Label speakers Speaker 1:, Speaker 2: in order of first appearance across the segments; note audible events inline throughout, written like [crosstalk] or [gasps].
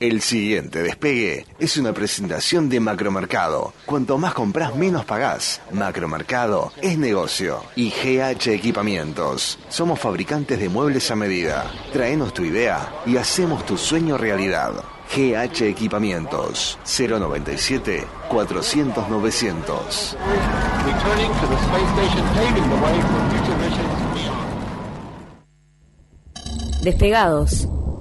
Speaker 1: El siguiente despegue es una presentación de Macromercado. Cuanto más compras, menos pagás. Macromercado es negocio. Y GH Equipamientos. Somos fabricantes de muebles a medida. Traenos tu idea y hacemos tu sueño realidad. GH Equipamientos 097 400 900.
Speaker 2: Despegados,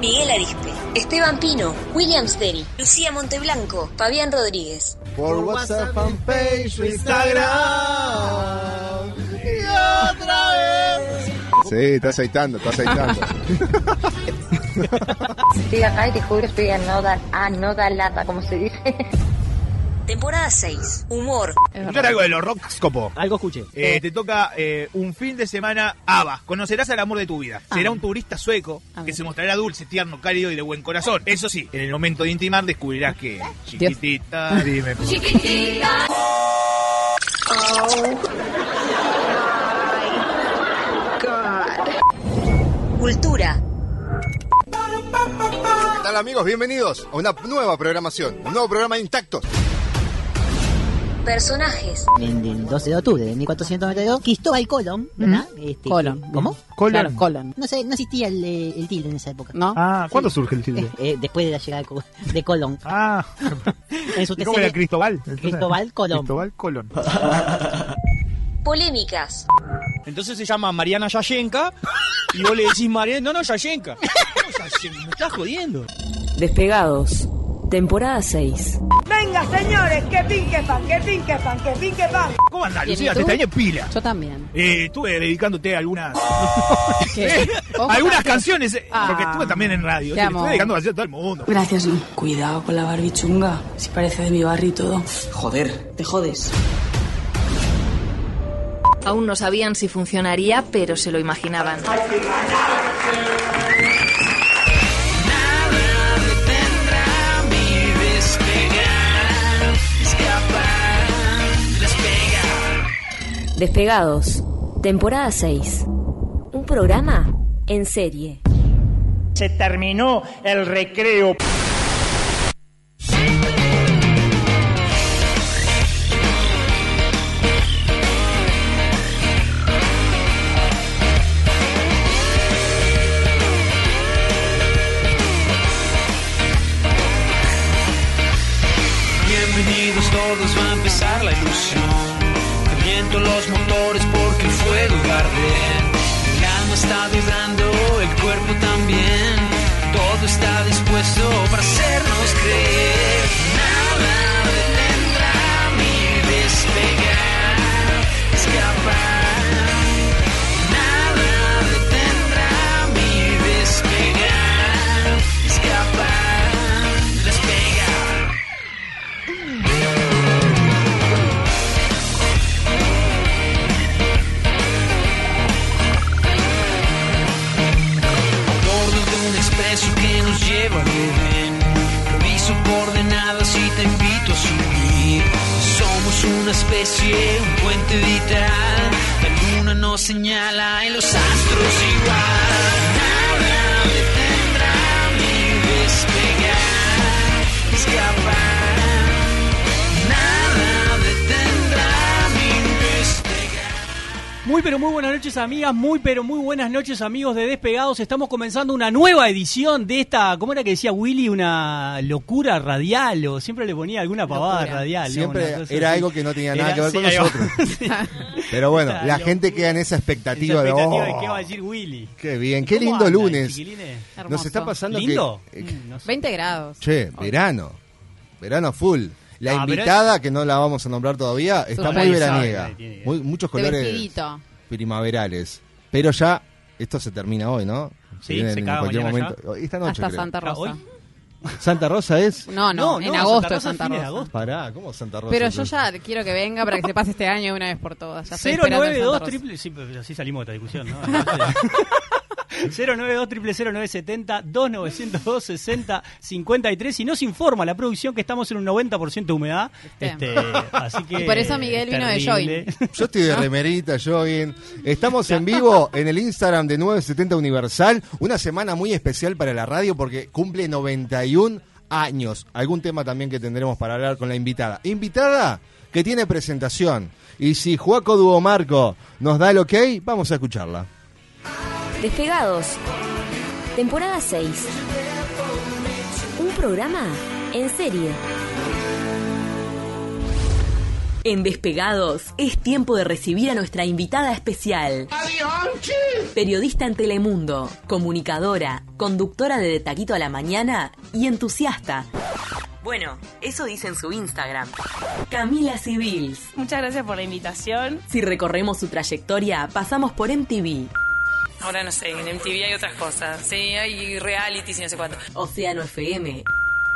Speaker 2: Miguel Arispe, Esteban Pino, Williams Denny, Lucía Monteblanco, Fabián Rodríguez.
Speaker 3: Por WhatsApp, fanpage, Instagram. Y otra vez.
Speaker 4: Sí, está aceitando, está aceitando.
Speaker 5: [laughs]
Speaker 6: estoy acá y te juro estoy a no dar, a no dar lata, como se dice.
Speaker 2: Temporada 6. Humor.
Speaker 7: Escuchar algo de los Rockscopo.
Speaker 8: Algo escuché.
Speaker 7: Eh, te toca eh, un fin de semana ABBA. Conocerás al amor de tu vida. Será un turista sueco que se mostrará dulce, tierno, cálido y de buen corazón. Eso sí, en el momento de intimar descubrirás que... Chiquitita, dime... Por... [laughs] Chiquitita.
Speaker 2: Oh. Cultura.
Speaker 4: ¿Qué tal amigos? Bienvenidos a una nueva programación, un nuevo programa intacto.
Speaker 2: Personajes.
Speaker 9: En el 12 de octubre de 1492, Cristóbal Colón, ¿verdad?
Speaker 10: Mm. Este, Colón.
Speaker 9: ¿Cómo?
Speaker 10: Colón. Claro, Colón.
Speaker 9: No, sé, no existía el, el, tilde en esa época.
Speaker 10: ¿No?
Speaker 7: Ah, ¿cuándo sí. surge el tilde?
Speaker 9: [laughs] Eh, eh, después de la llegada de Colón.
Speaker 7: Ah.
Speaker 9: [laughs] en su
Speaker 7: ¿Y ¿Cómo era Cristóbal? Entonces,
Speaker 9: Cristóbal Colón.
Speaker 7: Cristóbal Colón.
Speaker 2: Polémicas.
Speaker 8: Entonces se llama Mariana Yashenka y vos le decís Mariana... No, no, Yashenka. No, me estás jodiendo.
Speaker 2: Despegados. Temporada 6.
Speaker 11: Venga, señores, que pinque pan, que pinque pan, que pinque pan.
Speaker 7: ¿Cómo andás, Lucía? Te extrañé pila.
Speaker 10: Yo también.
Speaker 7: Eh, estuve dedicándote a algunas. [laughs] ¿Qué? algunas canciones. Ah, porque estuve también en radio. Te estuve dedicando canciones a todo el mundo.
Speaker 12: Gracias, Lu. Cuidado con la barbichunga. Si parece de mi barrio y todo.
Speaker 13: Joder.
Speaker 12: Te jodes.
Speaker 2: Aún no sabían si funcionaría, pero se lo imaginaban. Despegados, temporada 6. Un programa en serie.
Speaker 14: Se terminó el recreo.
Speaker 15: Bienvenidos todos, va a empezar la ilusión los motores porque el fuego arde. El alma está vibrando, el cuerpo también. Todo está dispuesto para hacernos creer. Nada detendrá mi despegar, escapar. Nada detendrá mi despegar, escapar, despegar. que nos lleva bien. Reviso coordenadas y te invito a subir. Somos una especie, un puente vital. La luna nos señala y los astros igual. Nada detendrá mi despegar, escapar. Nada detendrá mi despegar.
Speaker 8: Muy pero muy buenas noches amigas, muy pero muy buenas noches amigos de Despegados. Estamos comenzando una nueva edición de esta, ¿cómo era que decía Willy? Una locura radial o siempre le ponía alguna pavada
Speaker 4: Locura.
Speaker 8: Ah, radial. ¿no?
Speaker 4: Siempre
Speaker 8: Una cosa
Speaker 4: era
Speaker 8: así.
Speaker 4: algo que no tenía nada
Speaker 8: Era-
Speaker 4: que ver
Speaker 8: sí,
Speaker 4: con
Speaker 8: ahí va.
Speaker 4: nosotros.
Speaker 8: Sí.
Speaker 4: Pero bueno,
Speaker 8: Esta
Speaker 4: la
Speaker 8: locura.
Speaker 4: gente queda en esa expectativa,
Speaker 8: Esa [laughs] expectativa
Speaker 4: de,
Speaker 8: de qué va a
Speaker 4: "Oh,
Speaker 8: decir Willy.
Speaker 4: qué bien, qué
Speaker 8: ¿Cómo
Speaker 4: lindo
Speaker 8: andan,
Speaker 4: lunes.
Speaker 8: chiquilines?
Speaker 4: Nos
Speaker 10: Hermoso.
Speaker 4: está pasando
Speaker 8: ¿Lindo?
Speaker 4: que eh,
Speaker 10: Mm, no sé. 20 grados.
Speaker 4: che, verano. Verano full. La
Speaker 8: Ah, pero
Speaker 4: invitada que no la vamos a nombrar todavía está muy
Speaker 10: Nadie
Speaker 4: veraniega.
Speaker 8: sabe, nadie tiene idea.
Speaker 4: Muy- muchos
Speaker 10: De
Speaker 4: colores
Speaker 10: vestidito.
Speaker 4: primaverales. Pero ya esto se termina hoy, ¿no?
Speaker 8: Sí,
Speaker 4: vienen
Speaker 8: se acaba mañana
Speaker 4: Esta noche
Speaker 10: Hasta
Speaker 4: creo.
Speaker 10: Santa
Speaker 8: Ah,
Speaker 10: Rosa.
Speaker 8: hoy.
Speaker 4: ¿Santa Rosa es?
Speaker 9: No, no, en agosto es Santa
Speaker 4: es fin de
Speaker 9: Rosa.
Speaker 4: agosto. Pará, ¿cómo Santa Rosa?
Speaker 9: Pero
Speaker 4: es
Speaker 9: yo
Speaker 4: eso?
Speaker 9: ya quiero que venga para que se pase este año de una vez por todas. Ya estoy esperando en Santa
Speaker 3: 092
Speaker 9: Rosa.
Speaker 3: triple. Sí, pero así salimos de esta discusión, ¿no? [laughs] 092 triple 0970 2902 60 53 y nos informa la producción que estamos en un 90% de humedad. Este,
Speaker 9: [laughs]
Speaker 3: así que
Speaker 9: Y por eso Miguel vino de
Speaker 3: terrible.
Speaker 4: Yo estoy de remerita, jogging. Estamos en vivo en el Instagram de 970 Universal. Una semana muy especial para la radio porque cumple 91 años. Algún tema también que tendremos para hablar con la invitada. Invitada que tiene presentación. Y si Juaco Duomarco nos da el ok, vamos a escucharla.
Speaker 2: Despegados. Temporada 6. Un programa en serie.
Speaker 16: En Despegados es tiempo de recibir a nuestra invitada especial. Periodista en Telemundo, comunicadora, conductora de De Taquito a la Mañana y entusiasta. Bueno, eso dice en su Instagram. Camila Civils.
Speaker 17: Muchas gracias por la invitación.
Speaker 16: Si recorremos su trayectoria, pasamos por MTV,
Speaker 17: Ahora no sé, en MTV hay otras cosas. Sí, hay realities y no sé cuánto.
Speaker 16: Océano FM,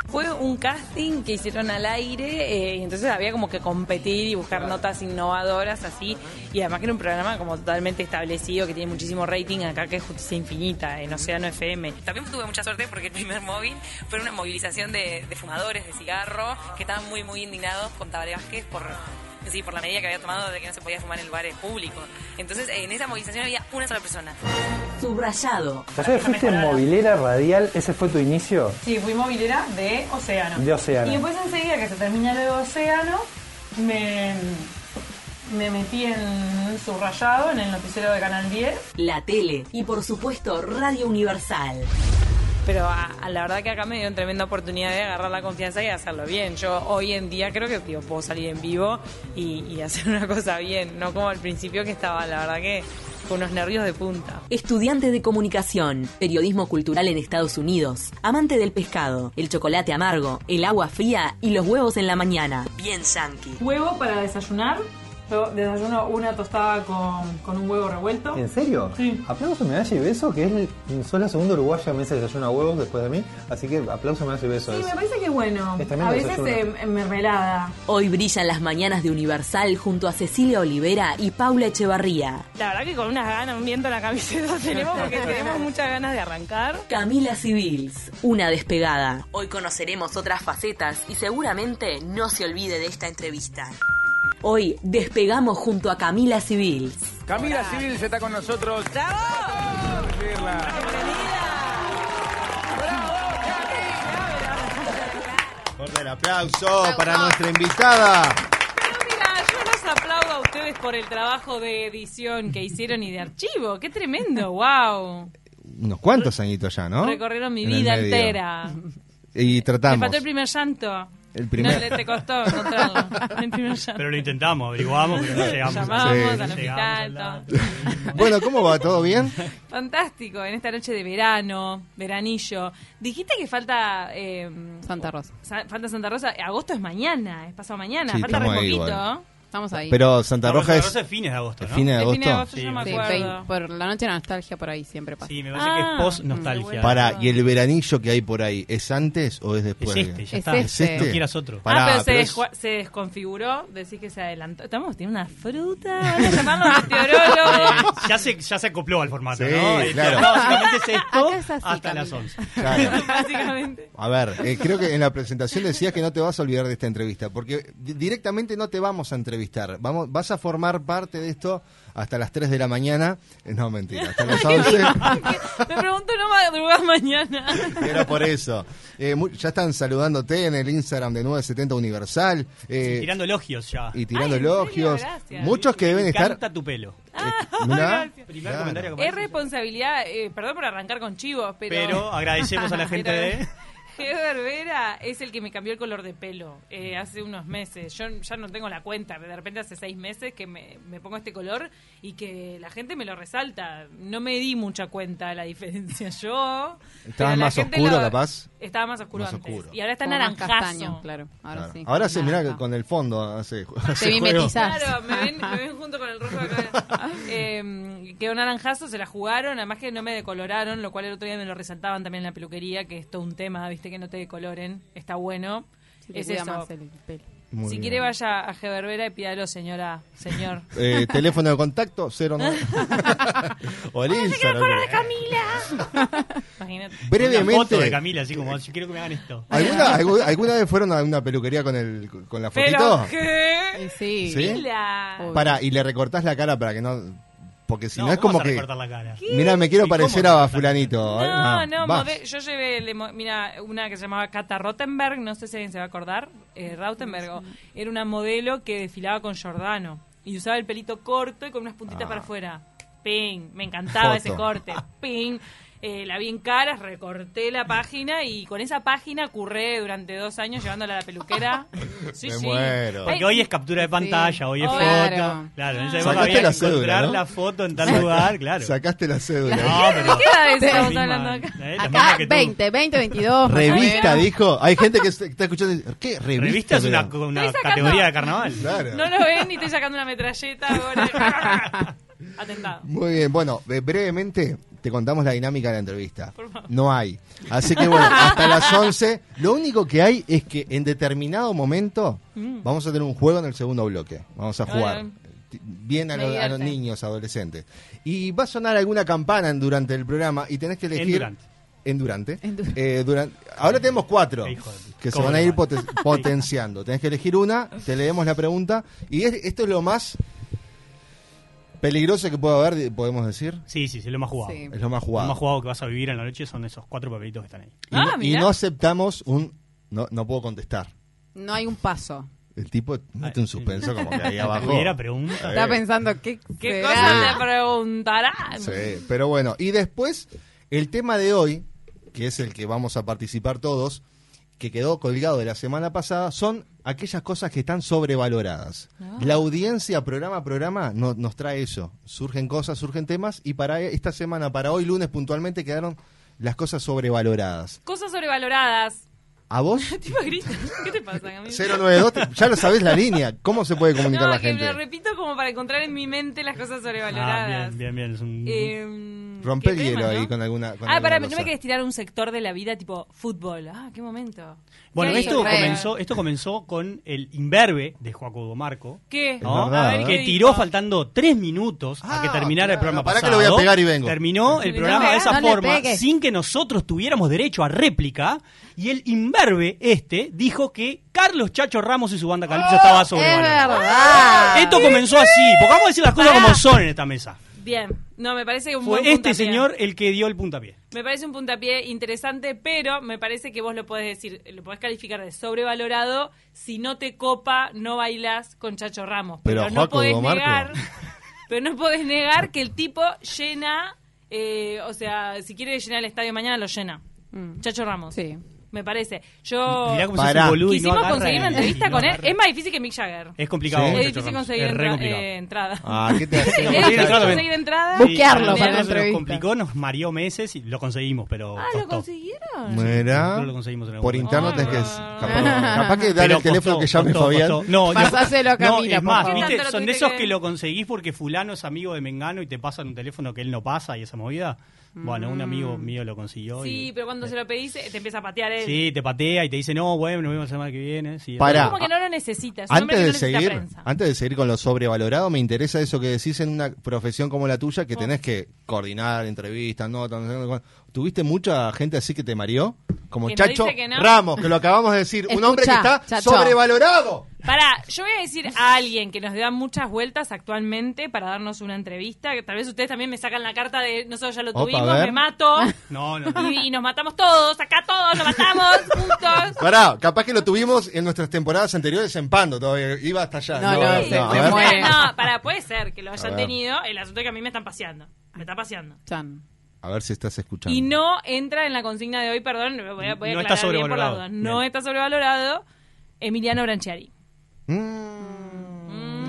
Speaker 17: Fue un casting que hicieron al aire eh, y entonces había como que competir y buscar notas innovadoras así. Y además que era un programa como totalmente establecido que tiene muchísimo rating acá que es Justicia Infinita en Océano FM.
Speaker 18: También tuve mucha suerte porque el primer móvil fue una movilización de, de fumadores de cigarro que estaban muy, muy indignados con Tabaré Vázquez por, sí, por la medida que había tomado de que no se podía fumar en lugares públicos. Entonces, en esa movilización había una sola persona.
Speaker 16: subrayado.
Speaker 19: ¿Ayer fuiste movilera radial? ¿Ese fue tu inicio?
Speaker 17: Sí, fui movilera de Océano.
Speaker 19: De Océano.
Speaker 17: Y después enseguida que se termina lo de Océano, me, me metí en Subrayado, en el noticiero de Canal 10.
Speaker 16: la tele y por supuesto Radio Universal.
Speaker 17: Pero a- a la verdad que acá me dieron tremenda oportunidad de agarrar la confianza y hacerlo bien. Yo hoy en día creo que digo, puedo salir en vivo y, y hacer una [laughs] cosa bien, no como al principio que estaba, la verdad que con unos nervios de punta.
Speaker 16: Estudiante de comunicación, periodismo cultural en Estados Unidos, amante del pescado, el chocolate amargo, el agua fría y los huevos en la mañana. Bien yankee.
Speaker 17: Huevo para desayunar. Yo desayuno una tostada con, con un huevo revuelto.
Speaker 19: ¿En serio? Sí. Aplauso, medalla y beso, que es el- soy la segunda uruguaya me desayuna huevos después de mí. Así que aplauso, medalla y beso.
Speaker 17: Sí,
Speaker 19: es-
Speaker 17: me parece que es bueno.
Speaker 19: Es tremendo
Speaker 17: A veces
Speaker 19: desayuno.
Speaker 17: eh, mermelada.
Speaker 16: Hoy brillan las mañanas de Universal junto a Cecilia Olivera y Paula Echevarría.
Speaker 17: La verdad que con unas ganas, viendo la camiseta [laughs] tenemos, porque tenemos muchas ganas de arrancar.
Speaker 16: Camila Civils, una despegada. Hoy conoceremos otras facetas y seguramente no se olvide de esta entrevista. Hoy despegamos junto a Camila Civils.
Speaker 20: Camila Civil se está con nosotros. ¡Bravo!
Speaker 4: Fuerte el aplauso para nuestra invitada.
Speaker 17: Mira, yo los aplaudo a ustedes por el trabajo de edición que hicieron y de archivo. ¡Qué
Speaker 4: [laughs]
Speaker 17: tremendo! ¡Wow!
Speaker 4: Unos cuantos añitos ya, ¿no?
Speaker 17: Recorrieron mi
Speaker 4: En el
Speaker 17: vida
Speaker 4: medio.
Speaker 17: entera.
Speaker 4: Y
Speaker 17: Me
Speaker 4: tratamos.
Speaker 17: faltó el primer llanto.
Speaker 4: El
Speaker 17: [laughs] No, le- te costó encontrarlo. El primer llanto.
Speaker 3: Pero lo intentamos, averiguamos, pero no llegamos.
Speaker 17: Llamamos
Speaker 4: Sí.
Speaker 17: al hospital, todo.
Speaker 4: Bueno, ¿cómo va? ¿Todo bien?
Speaker 17: Fantástico, en esta noche de verano, veranillo. Dijiste que falta... Santa Rosa. falta Santa Rosa. Agosto es mañana, es pasado mañana.
Speaker 4: Sí,
Speaker 17: falta re
Speaker 4: estamos ahí
Speaker 17: poquito.
Speaker 4: igual.
Speaker 9: Estamos ahí.
Speaker 4: Pero Santa Roja es...
Speaker 3: Rosa es fines de agosto, ¿no?
Speaker 4: Fines de agosto.
Speaker 9: Sí,
Speaker 17: yo me
Speaker 9: sí,
Speaker 17: acuerdo.
Speaker 9: fe- por la noche de nostalgia por ahí siempre pasa.
Speaker 3: Sí, me
Speaker 17: parece que es Ah, post
Speaker 3: nostalgia.
Speaker 4: Para, ¿y el veranillo que hay por ahí es antes o es después?
Speaker 3: Es este, ya
Speaker 9: Es está. este.
Speaker 3: No quieras otro.
Speaker 4: Pará,
Speaker 17: ah, pero, se,
Speaker 4: pero es-
Speaker 17: descua- se desconfiguró, decís que se adelantó. Estamos teniendo una fruta, van a
Speaker 4: [laughs]
Speaker 17: llamarlo meteorólogo.
Speaker 3: Eh, ya, se, ya se acopló al formato,
Speaker 4: Sí,
Speaker 3: ¿no? Este,
Speaker 4: claro.
Speaker 3: No, básicamente es esto
Speaker 9: Acá es así,
Speaker 3: hasta
Speaker 9: Camila.
Speaker 3: las 11.
Speaker 4: [laughs] Claro.
Speaker 17: Básicamente.
Speaker 4: A ver, eh, creo que en la presentación decías que no te vas a olvidar de esta entrevista, porque di- directamente no te vamos a entrevistar. Vamos, vas a formar parte de esto hasta las 3 de la mañana. Eh, No, mentira, hasta
Speaker 17: [laughs]
Speaker 4: las 11.
Speaker 17: Me pregunto no madrugás
Speaker 4: [laughs]
Speaker 17: mañana.
Speaker 4: Pero por eso. Eh, mu- ya están saludándote en el Instagram de 970 Universal. [laughs] eh,
Speaker 3: Tirando elogios ya.
Speaker 4: y tirando
Speaker 17: Ay, ¿en serio?
Speaker 4: elogios.
Speaker 17: Gracias.
Speaker 4: Muchos que deben
Speaker 3: Me
Speaker 4: estar. Ah.
Speaker 3: encanta tu pelo.
Speaker 4: Mirá,
Speaker 3: Primer
Speaker 4: claro.
Speaker 3: comentario que
Speaker 17: Es
Speaker 3: aparece.
Speaker 17: responsabilidad, eh, perdón por arrancar con chivos, pero... [laughs]
Speaker 3: Pero agradecemos a la gente
Speaker 17: Pero-
Speaker 3: de-
Speaker 17: Ger Vera es el que me cambió el color de pelo eh, hace unos meses. Yo ya no tengo la cuenta. De repente hace seis meses que me, me pongo este color y que la gente me lo resalta. No me di mucha cuenta de la diferencia. [laughs] Yo...
Speaker 4: Estabas
Speaker 17: pero la
Speaker 4: más
Speaker 17: gente
Speaker 4: oscuro,
Speaker 17: lo-
Speaker 4: capaz.
Speaker 17: Estaba más oscuro
Speaker 4: Más
Speaker 17: antes.
Speaker 4: oscuro.
Speaker 17: Y ahora está
Speaker 9: Como más
Speaker 17: naranjazo.
Speaker 9: castaño, claro. Ahora
Speaker 4: Claro.
Speaker 9: sí.
Speaker 4: Ahora se mira con el fondo. Hace, hace
Speaker 9: Te
Speaker 4: juego.
Speaker 9: mimetizás.
Speaker 17: Claro, me ven, me ven junto con el rojo
Speaker 9: [laughs]
Speaker 17: acá. Eh, quedó naranjazo, se la jugaron, además que no me decoloraron, lo cual el otro día me lo resaltaban también en la peluquería, que es todo un tema, ¿viste? viste, que no te decoloren, está bueno.
Speaker 9: Sí, le
Speaker 17: es
Speaker 9: cuida
Speaker 17: eso.
Speaker 9: más el pelo.
Speaker 4: Muy
Speaker 17: si
Speaker 4: bien.
Speaker 17: quiere vaya a Geberbera y pídalo, señora, señor.
Speaker 4: Eh,
Speaker 17: [laughs]
Speaker 4: teléfono de contacto
Speaker 8: [laughs]
Speaker 4: 09. o el Instagram.
Speaker 17: Imagínate.
Speaker 4: Brevemente.
Speaker 8: Una foto de Camila, así como, yo quiero que me hagan esto.
Speaker 17: Ah,
Speaker 4: ¿Alguna, algu- alguna vez fueron a una peluquería con, el, con la fotito?
Speaker 17: Pero qué.
Speaker 9: Sí.
Speaker 4: ¿Sí?
Speaker 17: Mila.
Speaker 4: Para, y le recortás la cara para que no. Porque si no,
Speaker 8: No,
Speaker 4: es
Speaker 8: ¿cómo
Speaker 4: como
Speaker 8: vas a
Speaker 4: que.
Speaker 8: recortar la cara? ¿Qué?
Speaker 4: Mira, me quiero parecer a Fulanito.
Speaker 17: No,
Speaker 4: Ah,
Speaker 17: no,
Speaker 4: vas.
Speaker 17: mode- yo llevé, le mo- mira, una que se llamaba Cata Rottenberg, no sé si alguien se va a acordar, eh, Rautenberg, o- era una modelo que desfilaba con Giordano y usaba el pelito corto y con unas puntitas para afuera. Ping, me encantaba ese
Speaker 16: Foto.
Speaker 17: corte, ping. Eh, la vi en caras, recorté la página y con esa página curré durante dos años llevándola a la peluquera. Sí,
Speaker 8: Me
Speaker 17: sí.
Speaker 8: muero. Porque
Speaker 17: Ay, Oh,
Speaker 8: hoy es captura de pantalla, hoy es
Speaker 17: Claro. Ah.
Speaker 8: foto. Claro, en esa
Speaker 4: Sacaste
Speaker 8: época había
Speaker 4: la
Speaker 8: que
Speaker 4: cédula,
Speaker 8: encontrar
Speaker 4: ¿no?
Speaker 8: la foto en tal lugar,
Speaker 4: [laughs]
Speaker 8: claro.
Speaker 4: Sacaste la cédula.
Speaker 8: No, pero.
Speaker 17: ¿Qué edad
Speaker 9: Sí.
Speaker 17: estamos
Speaker 8: Misma-
Speaker 17: hablando acá?
Speaker 8: eh, la misma
Speaker 9: Acá
Speaker 8: que tú.
Speaker 9: 20, 20, 22. más o
Speaker 4: Revista,
Speaker 9: menos.
Speaker 4: dijo. Hay gente que se- está escuchando. y dice, ¿Qué? Revista.
Speaker 8: Revista es una,
Speaker 4: pero?
Speaker 8: una
Speaker 17: Estoy sacando-
Speaker 8: categoría de carnaval.
Speaker 4: Claro.
Speaker 17: No lo ven ni estoy sacando una metralleta ahora. Atentado.
Speaker 4: Muy bien, bueno, eh, brevemente te contamos la dinámica de la entrevista.
Speaker 17: Por favor.
Speaker 4: No hay. Así que bueno, hasta las 11. Lo único que hay es que en determinado momento
Speaker 10: Mm.
Speaker 4: vamos a tener un juego en el segundo bloque. Vamos a
Speaker 10: Ah,
Speaker 4: jugar.
Speaker 10: bien.
Speaker 4: Ti- Bien a,
Speaker 10: Me
Speaker 4: lo- a los
Speaker 10: divierte.
Speaker 4: niños, adolescentes. Y va a sonar alguna campana en- durante el programa y tenés que elegir.
Speaker 10: durante.
Speaker 4: En durante. Eh, duran- Ahora tenemos cuatro que se
Speaker 10: ¿Cómo
Speaker 4: van a
Speaker 10: no
Speaker 4: ir
Speaker 8: [laughs]
Speaker 4: poten- potenciando. Tenés que elegir una, te leemos la pregunta y es- esto es lo más peligroso que puede haber, di- podemos decir.
Speaker 8: Sí, sí, sí, es lo más jugado.
Speaker 9: Sí.
Speaker 4: Es lo más jugado.
Speaker 8: Lo más jugado que vas a vivir en la noche son esos cuatro papelitos que están ahí.
Speaker 4: Y,
Speaker 17: Ah,
Speaker 4: no, y no aceptamos un... No, no puedo contestar.
Speaker 9: No hay un paso.
Speaker 4: El tipo mete un suspenso
Speaker 8: [laughs]
Speaker 4: como que ahí abajo.
Speaker 8: Hubiera pregunta.
Speaker 4: Eh,
Speaker 9: Está pensando, ¿qué,
Speaker 17: ¿Qué
Speaker 9: será?
Speaker 17: cosa te preguntarán?
Speaker 4: sí, pero bueno. Y después, el tema de hoy, que es el que vamos a participar todos, que quedó colgado de la semana pasada, son aquellas cosas que están sobrevaloradas.
Speaker 17: Ah.
Speaker 4: La audiencia, programa a programa, no- nos trae eso. Surgen cosas, surgen temas, y para e, esta semana, para hoy lunes puntualmente, quedaron las cosas sobrevaloradas.
Speaker 17: Cosas sobrevaloradas. [laughs]
Speaker 4: ¿A vos?
Speaker 17: Tipo grita. ¿Qué te pasa, Camilo?
Speaker 4: 092, te- ya lo sabés la línea. ¿Cómo se puede comunicar
Speaker 17: No,
Speaker 4: la
Speaker 17: que
Speaker 4: gente?
Speaker 17: lo repito como para encontrar en mi mente las cosas
Speaker 8: Ah,
Speaker 17: sobrevaloradas.
Speaker 8: bien, bien, bien. Es un...
Speaker 17: Eh,
Speaker 4: Rompe
Speaker 17: ¿qué
Speaker 4: el hielo
Speaker 17: tema,
Speaker 4: ahí
Speaker 17: no?
Speaker 4: con alguna. con
Speaker 17: Ah,
Speaker 4: alguna
Speaker 17: para, no
Speaker 4: cosa.
Speaker 17: me querés tirar un sector de la vida tipo fútbol. Ah, qué momento.
Speaker 8: Bueno,
Speaker 17: Qué
Speaker 8: esto
Speaker 17: lindo.
Speaker 8: comenzó, esto comenzó con el imberbe de Joaco Domarco.
Speaker 17: ¿Qué? Ah,
Speaker 8: ¿no?
Speaker 4: Es verdad, A ver,
Speaker 8: que
Speaker 4: ¿qué
Speaker 8: tiró faltando tres minutos a que terminara el programa
Speaker 4: pará que
Speaker 8: pasado.
Speaker 4: le voy a pegar y vengo.
Speaker 8: Terminó el programa de
Speaker 9: pegues.
Speaker 8: esa
Speaker 9: No le
Speaker 8: forma,
Speaker 9: pegues.
Speaker 8: sin que nosotros tuviéramos derecho a réplica. Y el imberbe este dijo que Carlos Chacho Ramos y su banda
Speaker 17: Oh,
Speaker 8: Calipso estaba
Speaker 9: Es
Speaker 8: sobrevalorada.
Speaker 9: verdad.
Speaker 8: Esto comenzó así, porque vamos a decir las cosas como son en esta mesa.
Speaker 17: Bien. No, me parece que un
Speaker 8: Fue
Speaker 17: buen
Speaker 8: este
Speaker 17: puntapié.
Speaker 8: señor el que dio el puntapié.
Speaker 17: Me parece un puntapié interesante, pero me parece que vos lo podés decir, lo podés calificar de sobrevalorado si no te copa, no bailás con Chacho Ramos. Pero,
Speaker 4: Pero
Speaker 17: no
Speaker 4: Joaco
Speaker 17: podés
Speaker 4: Domarco.
Speaker 8: [laughs]
Speaker 17: negar, pero no podés negar que el tipo llena, eh, o sea, si quiere llenar el estadio mañana lo llena. Chacho Ramos.
Speaker 9: Sí.
Speaker 17: Me parece. Yo
Speaker 8: Mirá cómo se hace Pará. un boludo y no
Speaker 17: Oh. quisimos
Speaker 8: agarra
Speaker 17: conseguir una
Speaker 8: el-
Speaker 17: entrevista
Speaker 8: y no
Speaker 17: con él.
Speaker 8: agarra.
Speaker 17: Es más difícil que Mick Jagger.
Speaker 8: Es complicado.
Speaker 17: Es
Speaker 8: Chacho
Speaker 17: difícil
Speaker 8: Ramos.
Speaker 17: conseguir
Speaker 8: Es re
Speaker 17: entra-
Speaker 8: complicado.
Speaker 17: eh, entrada.
Speaker 4: Ah,
Speaker 17: [laughs]
Speaker 4: ¿qué te
Speaker 8: Es
Speaker 4: hace?
Speaker 8: complicado
Speaker 17: conseguir entrada.
Speaker 8: Sí,
Speaker 17: Buquearlo
Speaker 8: a nosotros
Speaker 17: para la
Speaker 8: se nos
Speaker 17: entrevista.
Speaker 8: complicó, nos mareó meses y lo conseguimos, pero
Speaker 17: Ah, ¿lo
Speaker 8: costó.
Speaker 17: consiguieron? Ah.
Speaker 4: Mira,
Speaker 8: Nosotros lo conseguimos en algún
Speaker 4: por
Speaker 8: momento.
Speaker 4: interno tenés que. Capaz, capaz que dar
Speaker 8: Pero
Speaker 4: el teléfono
Speaker 8: costó,
Speaker 4: que llame
Speaker 8: costó,
Speaker 4: Fabián.
Speaker 8: costó. No, no.
Speaker 9: Pasáselo a
Speaker 8: No,
Speaker 9: Camila,
Speaker 8: es
Speaker 9: por
Speaker 8: más,
Speaker 9: favor.
Speaker 8: ¿viste?
Speaker 17: ¿Qué tanto lo
Speaker 8: son de
Speaker 17: tuviste
Speaker 8: esos
Speaker 17: que-
Speaker 8: que lo conseguís porque fulano es amigo de Mengano y te pasan un teléfono que él no pasa y esa movida. Bueno, un amigo
Speaker 17: Mm.
Speaker 8: mío lo consiguió
Speaker 17: Sí,
Speaker 8: y
Speaker 17: pero cuando se lo pedís eh, te empieza a patear él.
Speaker 8: sí, te patea y te dice, "No, bueno, nos vemos la semana que viene." Sí, es
Speaker 4: Pará.
Speaker 17: Como que no lo necesitas. es un
Speaker 4: Antes
Speaker 17: hombre que
Speaker 4: de
Speaker 17: no necesita
Speaker 4: seguir,
Speaker 17: prensa.
Speaker 4: antes de seguir con lo sobrevalorado, me interesa eso que decís en una profesión como la tuya,
Speaker 17: Oh.
Speaker 4: que tenés que coordinar entrevistas, notas. no sé cuánto. ¿Tuviste mucha gente así que te mareó? Como
Speaker 17: Que no
Speaker 4: Chacho
Speaker 17: dice que no.
Speaker 4: Ramos, que lo acabamos de decir, un
Speaker 9: Escuchá,
Speaker 4: hombre que está
Speaker 9: Chacho.
Speaker 4: sobrevalorado.
Speaker 17: Pará, yo voy a decir a alguien que nos da muchas vueltas actualmente para darnos una entrevista, que tal vez ustedes también me sacan la carta de nosotros ya lo
Speaker 4: Opa,
Speaker 17: tuvimos,
Speaker 4: a ver.
Speaker 17: me mato.
Speaker 8: [laughs] No, no, no.
Speaker 17: Y, y nos matamos todos, acá todos nos matamos juntos.
Speaker 4: Pará, capaz que lo tuvimos en nuestras temporadas anteriores en Pando, todavía iba hasta allá.
Speaker 9: No, no, se-
Speaker 4: a
Speaker 9: se
Speaker 4: ver.
Speaker 9: muere.
Speaker 17: No, pará, puede ser que lo hayan
Speaker 4: ver.
Speaker 17: tenido. El asunto es que a mí me están paseando. Me está paseando.
Speaker 9: Chan.
Speaker 4: A ver si estás escuchando.
Speaker 17: Y no entra en la consigna de hoy, perdón, voy a, voy a
Speaker 8: No
Speaker 17: aclarar
Speaker 8: está
Speaker 17: bien por la
Speaker 8: sobrevalorado.
Speaker 17: duda. No está sobrevalorado Emiliano Branchiari.
Speaker 4: Mm.